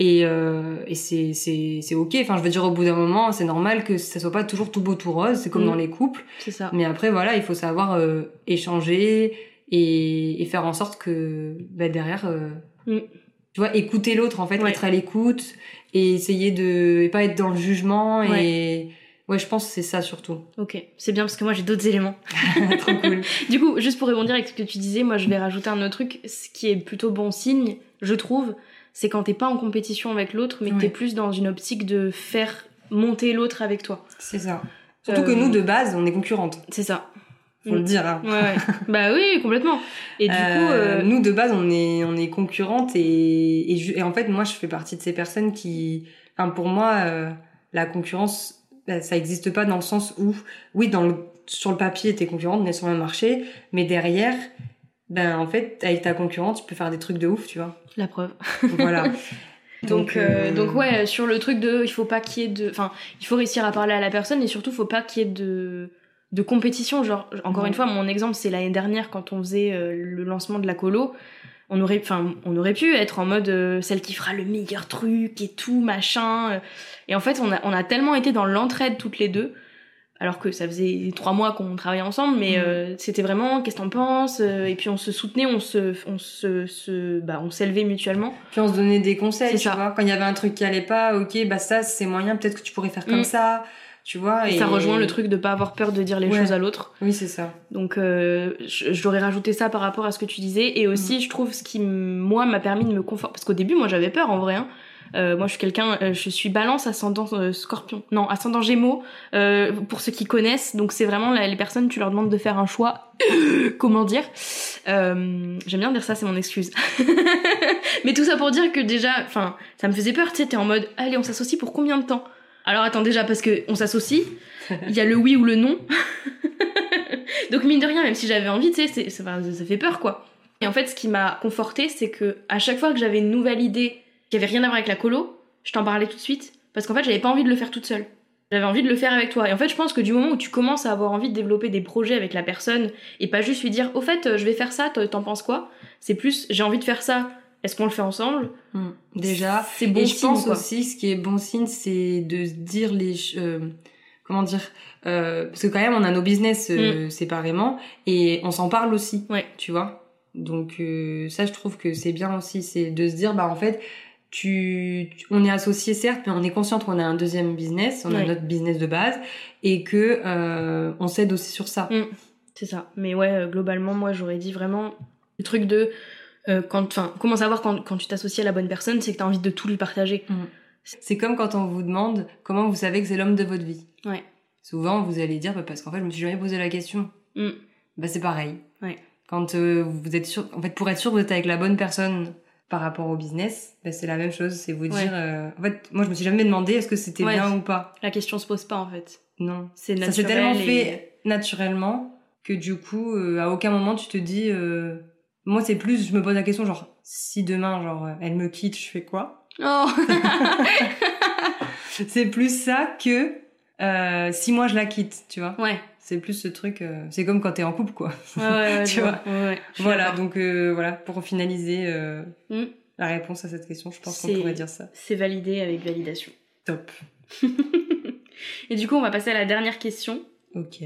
Et, euh, et c'est, c'est, c'est ok. Enfin, je veux dire, au bout d'un moment, c'est normal que ça soit pas toujours tout beau tout rose. C'est comme
Mm.
dans les couples.
C'est ça.
Mais après, voilà, il faut savoir euh, échanger et, et faire en sorte que bah, derrière, euh,
Mm.
tu vois, écouter l'autre en fait,
Ouais.
être à l'écoute et essayer de et pas être dans le jugement.
Ouais.
Et ouais, je pense que c'est ça surtout.
Ok, c'est bien parce que moi j'ai d'autres éléments.
Trop cool.
Du coup, juste pour rebondir avec ce que tu disais, moi je vais rajouter un autre truc, ce qui est plutôt bon signe, je trouve, c'est quand t'es pas en compétition avec l'autre, mais que
Ouais.
t'es plus dans une optique de faire monter l'autre avec toi.
C'est ça. Surtout
Euh,
que nous, de base, on est concurrentes.
C'est ça.
Faut le
Mm.
dire. hein.
Ouais, ouais. bah oui, complètement. Et du
Euh,
coup, euh,
nous, de base, on est, on est concurrentes et, et, ju- et en fait, moi, je fais partie de ces personnes qui, enfin, pour moi, euh, la concurrence, bah, ça n'existe pas dans le sens où, oui, dans le, sur le papier, t'es concurrente, mais sur le marché, mais derrière, ben, en fait, avec ta concurrente, tu peux faire des trucs de ouf, tu vois.
la preuve.
Voilà.
Donc, euh,
euh,
donc ouais, sur le truc de, il faut pas qu'il y ait de, enfin, il faut réussir à parler à la personne et surtout, faut pas qu'il y ait de, de compétition. Genre, encore
Ouais.
une fois, mon exemple, c'est l'année dernière quand on faisait euh, le lancement de la colo. On aurait, enfin, on aurait pu être en mode euh, celle qui fera le meilleur truc et tout machin. euh. Et en fait, on a, on a tellement été dans l'entraide toutes les deux, alors que ça faisait trois mois qu'on travaillait ensemble, mais
Mhm.
euh, c'était vraiment qu'est-ce que t'en penses euh, Et puis on se soutenait, on se, on se, se- bah, on s'élevait mutuellement.
Puis on se donnait des conseils,
C'est
tu
ça.
vois. Quand il y avait un truc qui allait pas, ok, bah ça, c'est moyen, peut-être que tu pourrais faire comme
Mm.
ça, tu vois.
Et ça rejoint le truc de pas avoir peur de dire les
Ouais.
choses à l'autre.
Oui, c'est ça.
Donc euh, je- j'aurais rajouté ça par rapport à ce que tu disais. Et aussi, je trouve ce qui, m- moi, m'a permis de me conforter. Parce qu'au début, moi, j'avais peur en vrai. hein. Euh, moi, je suis quelqu'un, euh, je suis balance ascendant euh, scorpion. Non, ascendant gémeaux, euh, pour ceux qui connaissent. Donc c'est vraiment la- les personnes, tu leur demandes de faire un choix. Comment dire Euh, J'aime bien dire ça, c'est mon excuse. Mais tout ça pour dire que déjà, enfin, ça me faisait peur, tu sais, t'es en mode, allez, on s'associe pour combien de temps Alors attends, déjà, parce que on s'associe, il y a le oui ou le non. Donc mine de rien, même si j'avais envie, tu sais, c'est- c'est- enfin, ça fait peur, quoi. Et en fait, ce qui m'a confortée, c'est que à chaque fois que j'avais une nouvelle idée qui avait rien à voir avec la colo, je t'en parlais tout de suite, parce qu'en fait, j'avais pas envie de le faire toute seule. J'avais envie de le faire avec toi. Et en fait, je pense que du moment où tu commences à avoir envie de développer des projets avec la personne et pas juste lui dire, au fait, euh, je vais faire ça, toi, t'en penses quoi C'est plus, j'ai envie de faire ça. Est-ce qu'on le fait ensemble
Mm. Déjà.
c'est bon
Et je
signe,
pense
quoi.
aussi, ce qui est bon signe, c'est de se dire les. ch- euh, comment dire euh, Parce que quand même, on a nos business euh, séparément et on s'en parle aussi.
Mm. Ouais.
Tu vois Donc, euh, ça, je trouve que c'est bien aussi. C'est de se dire, bah, en fait. Tu, tu- on est associés certes, mais on est conscient qu'on a un deuxième business, on a
Ouais.
notre business de base, et que euh, on s'aide aussi sur ça.
C'est ça. Mais ouais, euh, globalement, moi, j'aurais dit vraiment le truc de. euh, quand, enfin, comment savoir quand, quand tu t'associes à la bonne personne, c'est que t'as envie de tout lui partager.
C'est comme quand on vous demande comment vous savez que c'est l'homme de votre vie.
Ouais.
Souvent, vous allez dire bah, parce qu'en fait, je me suis jamais posé la question.
Mm.
Bah, c'est pareil.
Ouais.
Quand euh, vous êtes sûr, en fait, pour être sûr que vous êtes avec la bonne personne par rapport au business, bah, c'est la même chose. C'est vous
Ouais.
dire. euh, En fait, moi, je me suis jamais demandé est-ce que c'était
Ouais.
bien ou pas.
La question se pose pas en fait.
Non.
C'est
Ça
naturel.
s'est tellement
et-
fait naturellement que du coup, euh, à aucun moment, tu te dis. euh, Moi, c'est plus, je me pose la question genre, si demain, genre, euh, elle me quitte, je fais quoi
Oh
C'est plus ça que euh, si moi je la quitte, tu vois.
Ouais.
C'est plus ce truc. euh, c'est comme quand t'es en couple, quoi.
Ouais, ouais, ouais,
Tu
je
vois.
Ouais, ouais, je suis
Voilà.
d'accord.
Donc euh, voilà, pour finaliser euh,
Mm.
la réponse à cette question, je pense qu'on
C'est-
pourrait dire ça.
C'est validé avec validation.
Top.
Et du coup, on va passer à la dernière question.
Ok.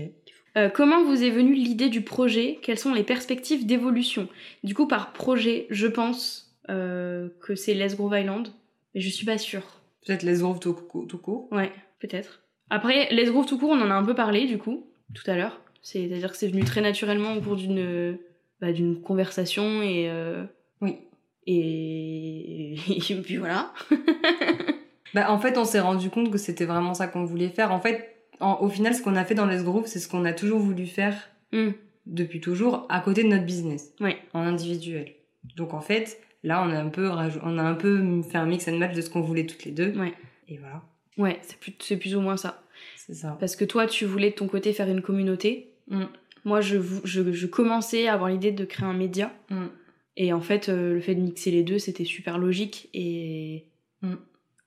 Euh, comment vous est venue l'idée du projet Quelles sont les perspectives d'évolution Du coup, par projet, je pense euh, que c'est Les Grove Island, mais je suis pas sûre.
Peut-être les groove tout, cou- tout court.
Ouais, peut-être. Après, Les Grove tout court, on en a un peu parlé du coup, tout à l'heure. C'est-à-dire que c'est venu très naturellement au cours d'une bah, d'une conversation et, euh,
Oui.
et... et puis voilà.
Bah en fait, on s'est rendu compte que c'était vraiment ça qu'on voulait faire. En fait, en- au final, ce qu'on a fait dans les groove, c'est ce qu'on a toujours voulu faire
Mm.
depuis toujours à côté de notre business.
Ouais.
En individuel. Donc en fait, là, on a un peu, rajou- on a un peu fait un mix and match de ce qu'on voulait toutes les deux.
Ouais.
Et voilà.
Ouais, c'est plus, c'est plus ou moins ça.
C'est ça.
Parce que toi, tu voulais de ton côté faire une communauté.
Mm.
Moi, je, vou- je, je commençais à avoir l'idée de créer un média.
Mm.
Et en fait, euh, le fait de mixer les deux, c'était super logique. Et
Mm.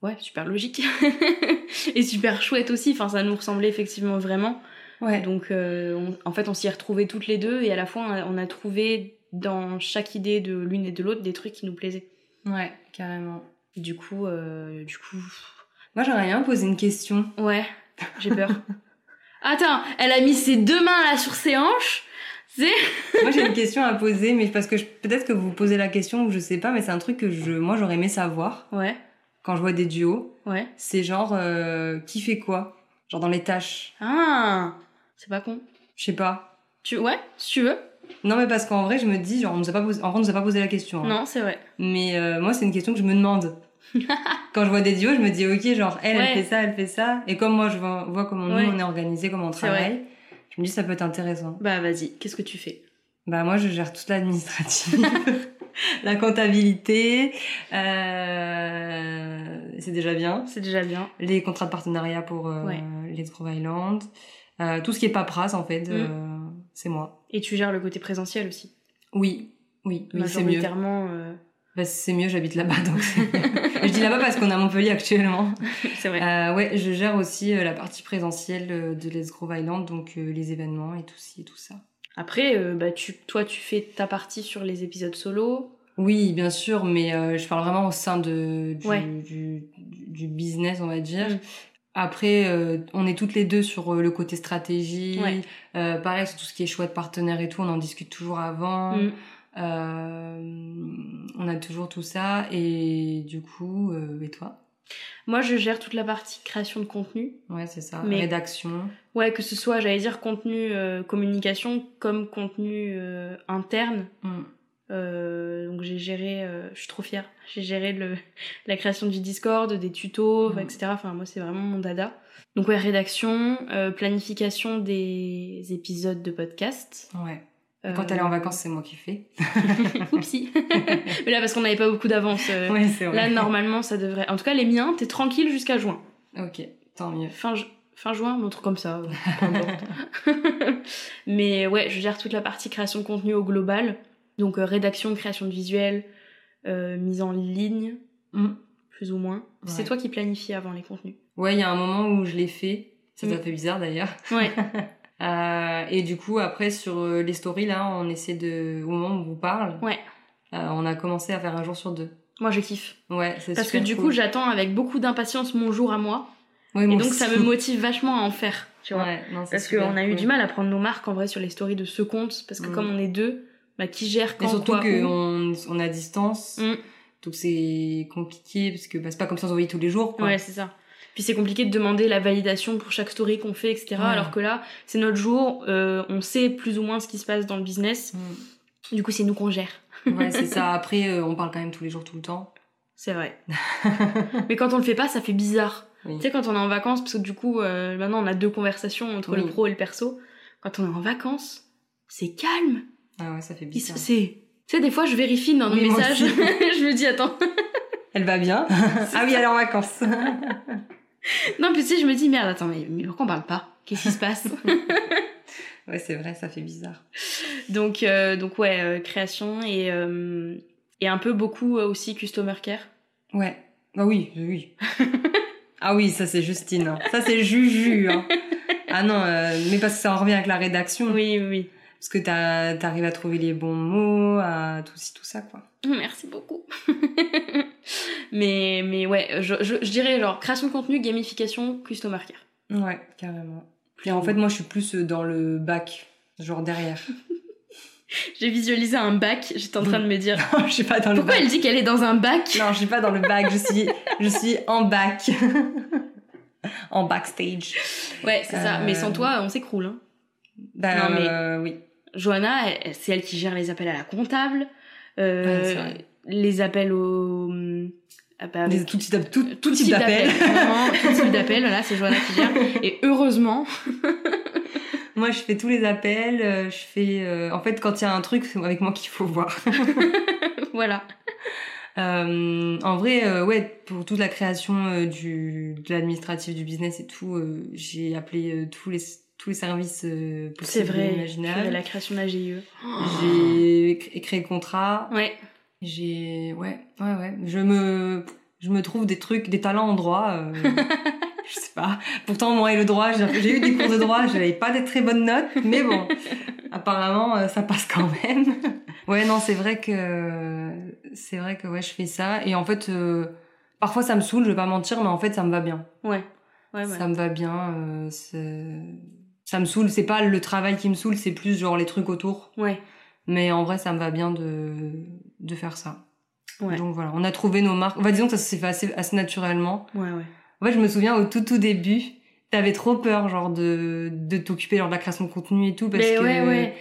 ouais, super logique et super chouette aussi. Enfin, ça nous ressemblait effectivement vraiment.
Ouais.
Donc, euh, on- en fait, on s'y est retrouvés toutes les deux et à la fois, on a, on a trouvé dans chaque idée de l'une et de l'autre des trucs qui nous plaisaient.
Ouais, carrément.
Du coup, euh, du coup,
Moi, j'aurais bien posé une question.
ouais, j'ai peur. Attends, elle a mis ses deux mains là sur ses hanches. C'est
Moi, j'ai une question à poser, mais parce que je- peut-être que vous posez la question ou je sais pas, mais c'est un truc que je, moi, j'aurais aimé savoir
ouais,
quand je vois des duos.
ouais.
C'est genre euh, qui fait quoi, genre dans les tâches.
Ah, c'est pas con.
Je sais pas.
Tu ouais, si tu veux
Non, mais parce qu'en vrai, je me dis, genre, on nous a pas posé, en vrai, on nous a pas posé la question. hein.
Non, c'est vrai.
Mais euh, moi, c'est une question que je me demande. Quand je vois des duos, je me dis, ok, genre, elle,
Ouais.
elle fait ça, elle fait ça. Et comme moi, je vois, vois comment nous,
Ouais.
on est organisé, comment on
C'est vrai.
travaille, je me dis, ça peut être intéressant.
Bah vas-y, qu'est-ce que tu fais
Bah, moi, je gère toute l'administrative, la comptabilité, euh, c'est déjà bien.
C'est déjà bien.
Les contrats de partenariat pour euh,
Ouais.
les Trove Island, euh, tout ce qui est paperasse, en fait,
Mm.
euh, c'est moi.
Et tu gères le côté présentiel aussi.
Oui, oui, oui c'est mieux.
Majoritairement, euh,
Bah, c'est mieux, j'habite là-bas, donc c'est mieux. je dis là-bas parce qu'on est à Montpellier actuellement.
c'est vrai.
Euh, ouais, je gère aussi euh, la partie présentielle euh, de Let's Grow Island, donc euh, les événements et tout, ci et tout ça.
Après, euh, bah tu, toi, tu fais ta partie sur les épisodes solo.
Oui, bien sûr, mais euh, je parle vraiment au sein de, du,
Ouais.
du, du business, on va dire.
Mm.
Après, euh, on est toutes les deux sur euh, le côté stratégie.
Ouais.
Euh, pareil, sur tout ce qui est choix de partenaire et tout, on en discute toujours avant.
Mm.
Euh, on a toujours tout ça. Et du coup, euh, et toi
Moi, je gère toute la partie création de contenu.
Ouais, c'est ça.
Mais-
Rédaction.
Ouais, que ce soit, j'allais dire, contenu euh, communication comme contenu euh, interne.
Mm.
Euh, donc j'ai géré, euh, je suis trop fière, j'ai géré le, la création du Discord, des tutos,
Mhm.
etc. Enfin moi c'est vraiment mon dada. Donc ouais, rédaction, euh, planification des épisodes de podcast.
Ouais.
Euh,
Et Quand elle est en vacances, c'est moi qui fais.
vacances. Oupsie. Mais là parce qu'on n'avait pas beaucoup d'avance. euh,
Ouais, c'est vrai.
Là normalement ça devrait... En tout cas les miens, t'es tranquille jusqu'à juin.
Ok, tant mieux.
Fin, ju- fin juin, un truc comme ça. euh, peu importe. Mais ouais, je gère toute la partie création de contenu au global. Donc euh, rédaction, création de visuels, euh, mise en ligne,
Mm.
plus ou moins. C'est
Ouais.
toi qui planifies avant les contenus.
Ouais, il y a un moment où je l'ai fait. Ça t'a
Mm.
fait bizarre d'ailleurs.
Ouais,
Euh, et du coup, après, sur euh, les stories, là, on essaie de. Au moment où on vous parle,
Ouais.
euh, on a commencé à faire un jour sur deux.
moi je kiffe.
Ouais, c'est
Parce que
super
du
cool.
coup, j'attends avec beaucoup d'impatience mon jour à moi.
Ouais,
Et
moi
donc
aussi.
ça me motive vachement à en faire, tu vois.
Ouais, non, c'est
Parce
super
qu'on a eu
cool.
du mal à prendre nos marques en vrai sur les stories de ce compte. Parce que
Mm.
comme on est deux, bah qui gère quand
Mais surtout
quoi, où.
qu'on on est à distance,
Mm.
donc c'est compliqué parce que bah, c'est pas comme si on se voyait tous les jours. Quoi.
Ouais, c'est ça. Puis c'est compliqué de demander la validation pour chaque story qu'on fait, etc.
Ouais.
Alors que là, c'est notre jour, euh, on sait plus ou moins ce qui se passe dans le business.
Mm.
Du coup, c'est nous qu'on gère.
Ouais, c'est ça. Après, euh, on parle quand même tous les jours, tout le temps.
C'est vrai. Mais quand on le fait pas, ça fait bizarre.
Oui.
Tu sais, quand on est en vacances, parce que du coup, euh, maintenant on a deux conversations entre le
Oui.
pro et le perso. Quand on est en vacances, c'est calme.
Ah ouais, ça fait
Il se-
bizarre.
C'est. Tu sais, des fois, je vérifie dans nos
Oui, moi
messages.
aussi.
je me dis, attends.
Elle va bien. ah oui, elle est en vacances.
Non, puis tu sais, je me dis, merde, attends, mais, mais pourquoi on parle pas Qu'est-ce qui se passe
ouais, c'est vrai, ça fait bizarre.
Donc, euh, donc ouais, euh, création et, euh, et un peu beaucoup euh, aussi customer care.
Ouais. Bah oui, oui. ah oui, ça c'est Justine. hein. Ça c'est Juju. hein. Ah non, euh, mais parce que ça en revient avec la rédaction.
Oui, oui.
Parce que t'as- t'arrives à trouver les bons mots, à tout, ci, tout ça, quoi.
oui. Merci beaucoup. mais, mais ouais, je, je, je dirais genre création de contenu, gamification, customer care.
Ouais, carrément. Et en fait, moi je suis plus euh, dans le bac, genre derrière.
J'ai visualisé un bac, j'étais en train de me dire.
Non, je suis pas dans le
Pourquoi
bac.
elle dit qu'elle est dans un bac
Non, je suis pas dans le bac, je suis, je suis en bac. en backstage.
Ouais, c'est ça.
Euh.
Mais sans toi, on s'écroule. Hein.
Bah
Non, mais-
euh, oui.
Johanna, elle- elle- c'est elle qui gère les appels à la comptable,
Ouais, c'est
euh,
vrai.
les appels au. ah bah,
Des- tout type, tout, euh, tout
tout
type d'appel.
vraiment, tout type d'appel, voilà, c'est Johanna qui gère. Et heureusement,
Moi, je fais tous les appels. euh, Je fais. euh, en fait, quand il y a un truc, c'est avec moi qu'il faut voir.
voilà.
Euh, en vrai, euh, ouais, pour toute la création euh, du de l'administratif, du business et tout, euh, j'ai appelé euh, tous les tous les services euh,
C'est
possibles et
vrai, purée,
imaginables.
la création de la GIE.
J'ai cré- créé le contrat.
Ouais,
J'ai ouais, ouais, ouais. Je me je me trouve des trucs, des talents en droit. euh, je sais pas. Pourtant, moi et le droit, j'ai j'ai eu des cours de droit, j'avais pas des très bonnes notes, mais bon, apparemment, euh, ça passe quand même. ouais, non, c'est vrai que c'est vrai que ouais, je fais ça. Et en fait, euh, parfois, ça me saoule, je vais pas mentir, mais en fait, ça me va bien.
Ouais. Ouais, ouais.
Ça me va bien. euh, c'est- ça me saoule. C'est pas le travail qui me saoule, c'est plus genre les trucs autour.
Ouais.
Mais en vrai, ça me va bien de de faire ça.
Ouais.
Donc voilà, on a trouvé nos marques. Enfin, disons que ça s'est fait assez, assez naturellement.
Ouais, ouais.
En fait, je me souviens au tout tout début, t'avais trop peur genre de de t'occuper genre de la création de contenu et tout parce
Mais
que
ouais, ouais.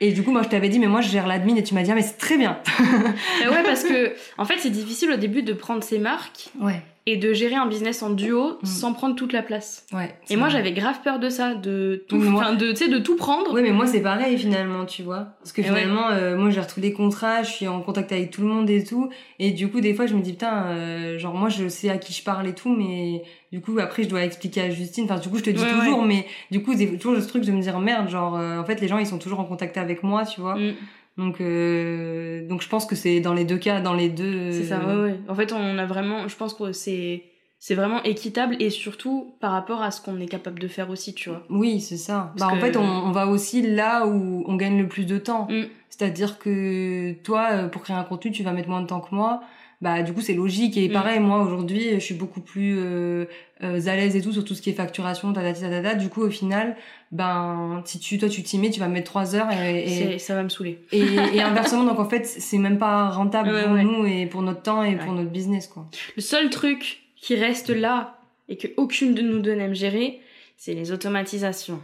et du coup moi je t'avais dit mais moi je gère l'admin et tu m'as dit ah, mais c'est très bien.
Mais Euh, ouais, parce que, en fait, c'est difficile au début de prendre ses marques
Ouais.
et de gérer un business en duo
Mm.
sans prendre toute la place.
Ouais.
Et moi, j'avais grave peur de ça, de tout,
Oui, mais moi-
enfin, de, tu sais, de tout prendre.
Oui, mais moi c'est pareil finalement, tu vois. Parce que
Et
finalement, euh, moi je gère tous les contrats, je suis en contact avec tout le monde et tout. Et du coup, des fois, je me dis putain, euh, genre moi je sais à qui je parle et tout, mais du coup après je dois expliquer à Justine. Enfin, du coup, je te dis
Ouais,
toujours, mais du coup, c'est toujours ce truc de me dire merde, genre euh, en fait les gens ils sont toujours en contact avec moi, tu vois.
Mm.
Donc euh, donc je pense que c'est dans les deux cas, dans les deux.
C'est ça, ouais, ouais. Euh, En fait, on a vraiment, je pense que c'est, c'est vraiment équitable et surtout par rapport à ce qu'on est capable de faire aussi, tu vois.
Oui, c'est ça.
Parce
bah, En
que-
fait, on, on va aussi là où on gagne le plus de temps.
Mm.
C'est-à-dire que toi, euh, pour créer un contenu, tu vas mettre moins de temps que moi. Bah, du coup, c'est logique. Et
Mm.
pareil, moi, aujourd'hui, je suis beaucoup plus euh, euh, à l'aise et tout sur tout ce qui est facturation, ta Du coup, au final, ben, si tu, toi, tu t'y mets, tu vas mettre trois heures et, et,
C'est- Ça va me saouler.
et, et inversement. Donc, en fait, c'est même pas rentable
Ouais,
pour
ouais.
nous et pour notre temps et pour
Ouais.
notre business, quoi.
Le seul truc qui reste là et que aucune de nous deux n'aime gérer, c'est les automatisations.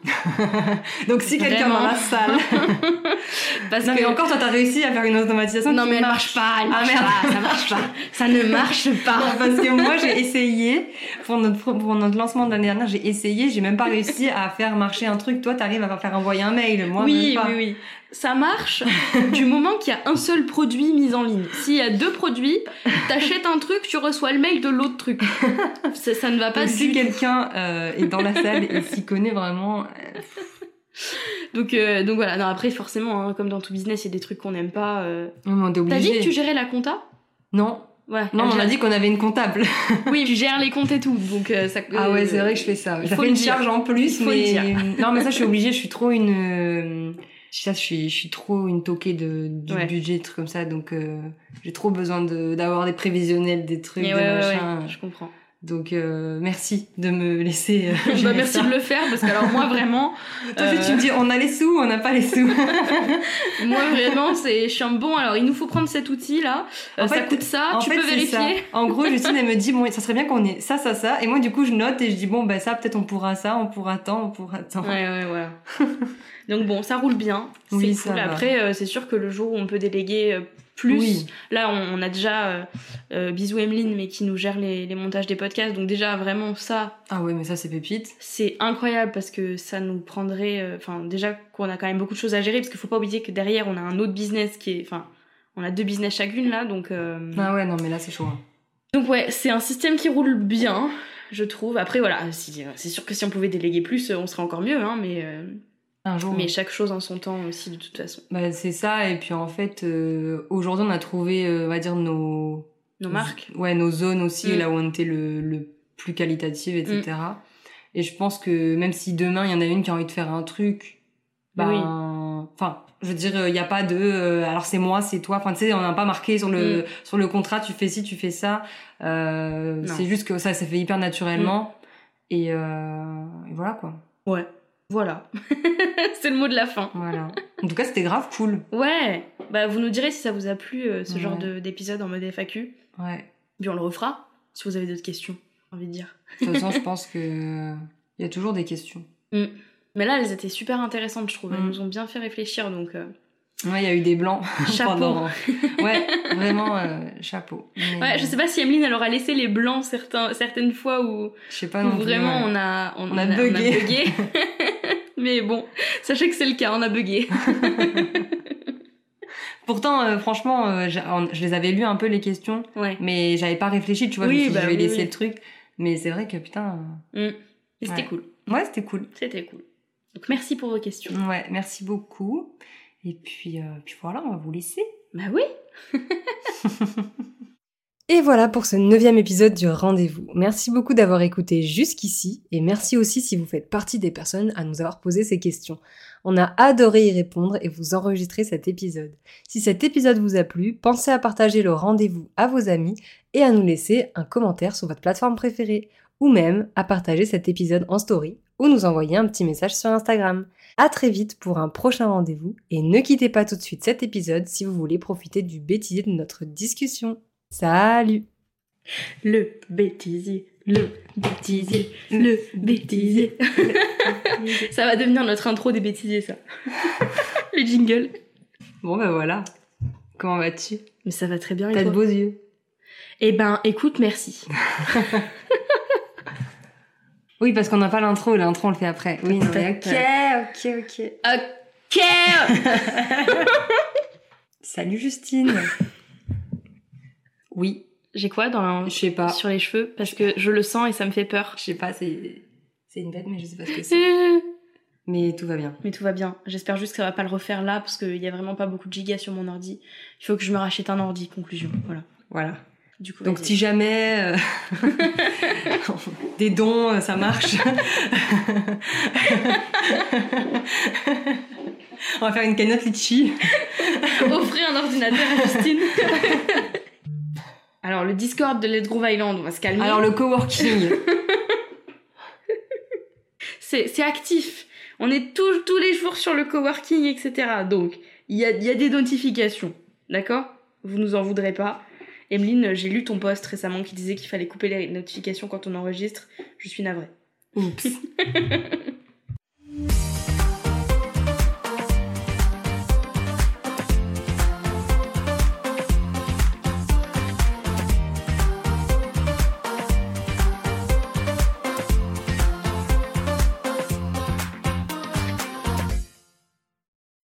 donc, si quelqu'un
Vraiment.
dans la salle.
Parce
non, mais
que-
encore, toi, t'as réussi à faire une automatisation.
non,
qui
mais elle
marche.
marche pas, elle
Ah,
marche
merde.
pas, ça marche pas. Ça ne marche
Non,
pas.
parce que moi j'ai essayé pour notre pour notre lancement de l'année dernière, j'ai essayé, j'ai même pas réussi à faire marcher un truc. Toi, t'arrives à faire envoyer un mail, moi même
oui,
pas.
oui, oui. Ça marche du moment qu'il y a un seul produit mis en ligne. S'il y a deux produits, t'achètes un truc, tu reçois le mail de l'autre truc. Ça, ça ne va pas
Donc,
du
si
tout.
quelqu'un euh, est dans la salle et s'y connaît vraiment, euh,
Donc, euh, donc voilà. Non, après, forcément, hein, comme dans tout business, il y a des trucs qu'on n'aime pas. euh.
on est
T'as dit
obligé.
que tu gérais la compta
Non,
Ouais.
non,
elle
on a
gère-
dit qu'on avait une comptable.
Oui, tu gères les comptes et tout. Donc, euh, ça.
Ah ouais, c'est vrai que je fais ça.
il
Ça
faut
fait
le
une
dire.
charge en plus,
Il faut le
mais
dire.
non, mais ça, je suis obligée. Je suis trop une. euh, Ça, je suis, je suis trop une toquée de du
Ouais.
budget, des trucs comme ça. Donc, euh, j'ai trop besoin de d'avoir des prévisionnels, des trucs,
Mais
des
ouais, ouais, ouais,
machins.
je comprends.
Donc euh, merci de me laisser. euh,
Bah,
gérer
merci
ça.
de le faire parce que alors moi vraiment,
Toi aussi, tu me dis on a les sous, on n'a pas les sous.
moi vraiment c'est je suis en bon. Alors il nous faut prendre cet outil là.
En
ça
fait,
coûte ça.
en
Ah, tu
fait,
peux
c'est
vérifier.
ça. En gros, Justine elle me dit bon, ça serait bien qu'on ait ça, ça, ça. Et moi du coup je note et je dis bon bah ça peut-être on pourra ça, on pourra tant, on pourra tant.
Ouais, ouais, voilà. Donc bon, ça roule bien. C'est
Oui,
cool.
ça va.
Après, euh, c'est sûr que le jour où on peut déléguer euh, plus,
Oui.
là, on, on a déjà euh, euh, bisous Emeline, mais qui nous gère les, les montages des podcasts. Donc déjà, vraiment, ça,
Ah ouais mais ça c'est pépite.
c'est incroyable parce que ça nous prendrait, euh, enfin, déjà qu'on a quand même beaucoup de choses à gérer, parce qu'il faut pas oublier que derrière, on a un autre business qui est, enfin, on a deux business chacune là, donc. euh,
Ah ouais non mais là c'est chaud. hein.
donc ouais, c'est un système qui roule bien, je trouve. Après voilà, si, euh, c'est sûr que si on pouvait déléguer plus, euh, on serait encore mieux, hein, mais euh,
Un jour.
mais chaque chose en son temps aussi de toute façon.
Bah, c'est ça et puis en fait euh, aujourd'hui on a trouvé euh, on va dire nos
Nos marques.
Ouais nos zones aussi
Mm.
là où on était le, le plus qualitative etc. Et je pense que même si demain il y en a une qui a envie de faire un truc ben
Oui.
enfin je veux dire il n'y a pas de euh, alors c'est moi c'est toi enfin tu sais on n'a pas marqué sur le
Mm.
sur le contrat tu fais ci tu fais ça Euh,
Non. Mm.
c'est juste que ça ça fait hyper naturellement et, euh, et voilà quoi
Ouais. Voilà. c'est le mot de la fin.
voilà en tout cas c'était grave cool
Ouais. Bah vous nous direz si ça vous a plu euh, ce
Ouais.
genre de- d'épisode en mode FAQ.
ouais
Puis on le refera si vous avez d'autres questions, j'ai envie de dire.
de toute façon je pense que il y a toujours des questions
Mais là, elles étaient super intéressantes, je trouve. Elles
Mm.
nous ont bien fait réfléchir, donc euh,
ouais il y a eu des blancs
chapeau.
pendant ouais vraiment euh, chapeau Mais,
Ouais, je sais pas si Emeline, elle aura laissé les blancs certains, certaines fois où,
je sais pas
où
non plus,
vraiment
ouais.
on a, on,
On a bugué.
bugué. Mais bon, sachez que c'est le cas, on a bugué.
pourtant euh, franchement euh, j'ai- on- je les avais lus un peu les questions
Ouais.
mais j'avais pas réfléchi, tu vois,
Oui,
je me suis dit,
bah
je vais
oui,
laisser
oui.
le truc. Mais c'est vrai que putain,
Mm. Mais C'était
Ouais.
cool.
euh, ouais, c'était cool.
C'était cool. Donc merci pour vos questions.
Ouais, merci beaucoup. Et puis, euh, puis voilà, on va vous laisser.
Bah oui.
Et voilà pour ce neuvième épisode du rendez-vous. Merci beaucoup d'avoir écouté jusqu'ici et merci aussi si vous faites partie des personnes à nous avoir posé ces questions. On a adoré y répondre et vous enregistrer cet épisode. Si cet épisode vous a plu, pensez à partager le rendez-vous à vos amis et à nous laisser un commentaire sur votre plateforme préférée ou même à partager cet épisode en story ou nous envoyer un petit message sur Instagram. À très vite pour un prochain rendez-vous et ne quittez pas tout de suite cet épisode si vous voulez profiter du bêtisier de notre discussion. Salut
Le bêtisier, le bêtisier, le bêtisier. Mm. ça va devenir notre intro des bêtisiers, ça. le jingle.
Bon ben voilà. Comment vas-tu
Mais ça va très bien. et
T'as de
toi
beaux yeux.
Eh ben, écoute, merci.
Oui, parce qu'on n'a pas l'intro, l'intro on le fait après. Oui, non, mais
Tac,
ok, ok, ok.
Ok
Salut Justine Oui,
J'ai quoi dans
je sais pas.
sur les cheveux Parce que je le sens et ça me fait peur.
Je sais pas, c'est c'est une bête, mais je sais pas ce que c'est.
Mais
Mais tout va bien.
tout va bien. J'espère juste que ça va pas le refaire là parce qu'il y a vraiment pas beaucoup de gigas sur mon ordi. Il faut que je me rachète un ordi, conclusion. Voilà.
Voilà.
Du coup,
Donc
vas-y.
si jamais euh, des dons, euh, ça marche. on va faire une cagnotte litchi.
Offrez un ordinateur à Justine. Alors, le Discord de Let's Groove Island, on va se calmer.
Alors le coworking.
C'est c'est actif. On est tous- tous les jours sur le coworking, etc. Donc, il y a, il y a des notifications. D'accord Vous nous en voudrez pas. Emeline, j'ai lu ton post récemment qui disait qu'il fallait couper les notifications quand on enregistre. Je suis navrée.
Oups.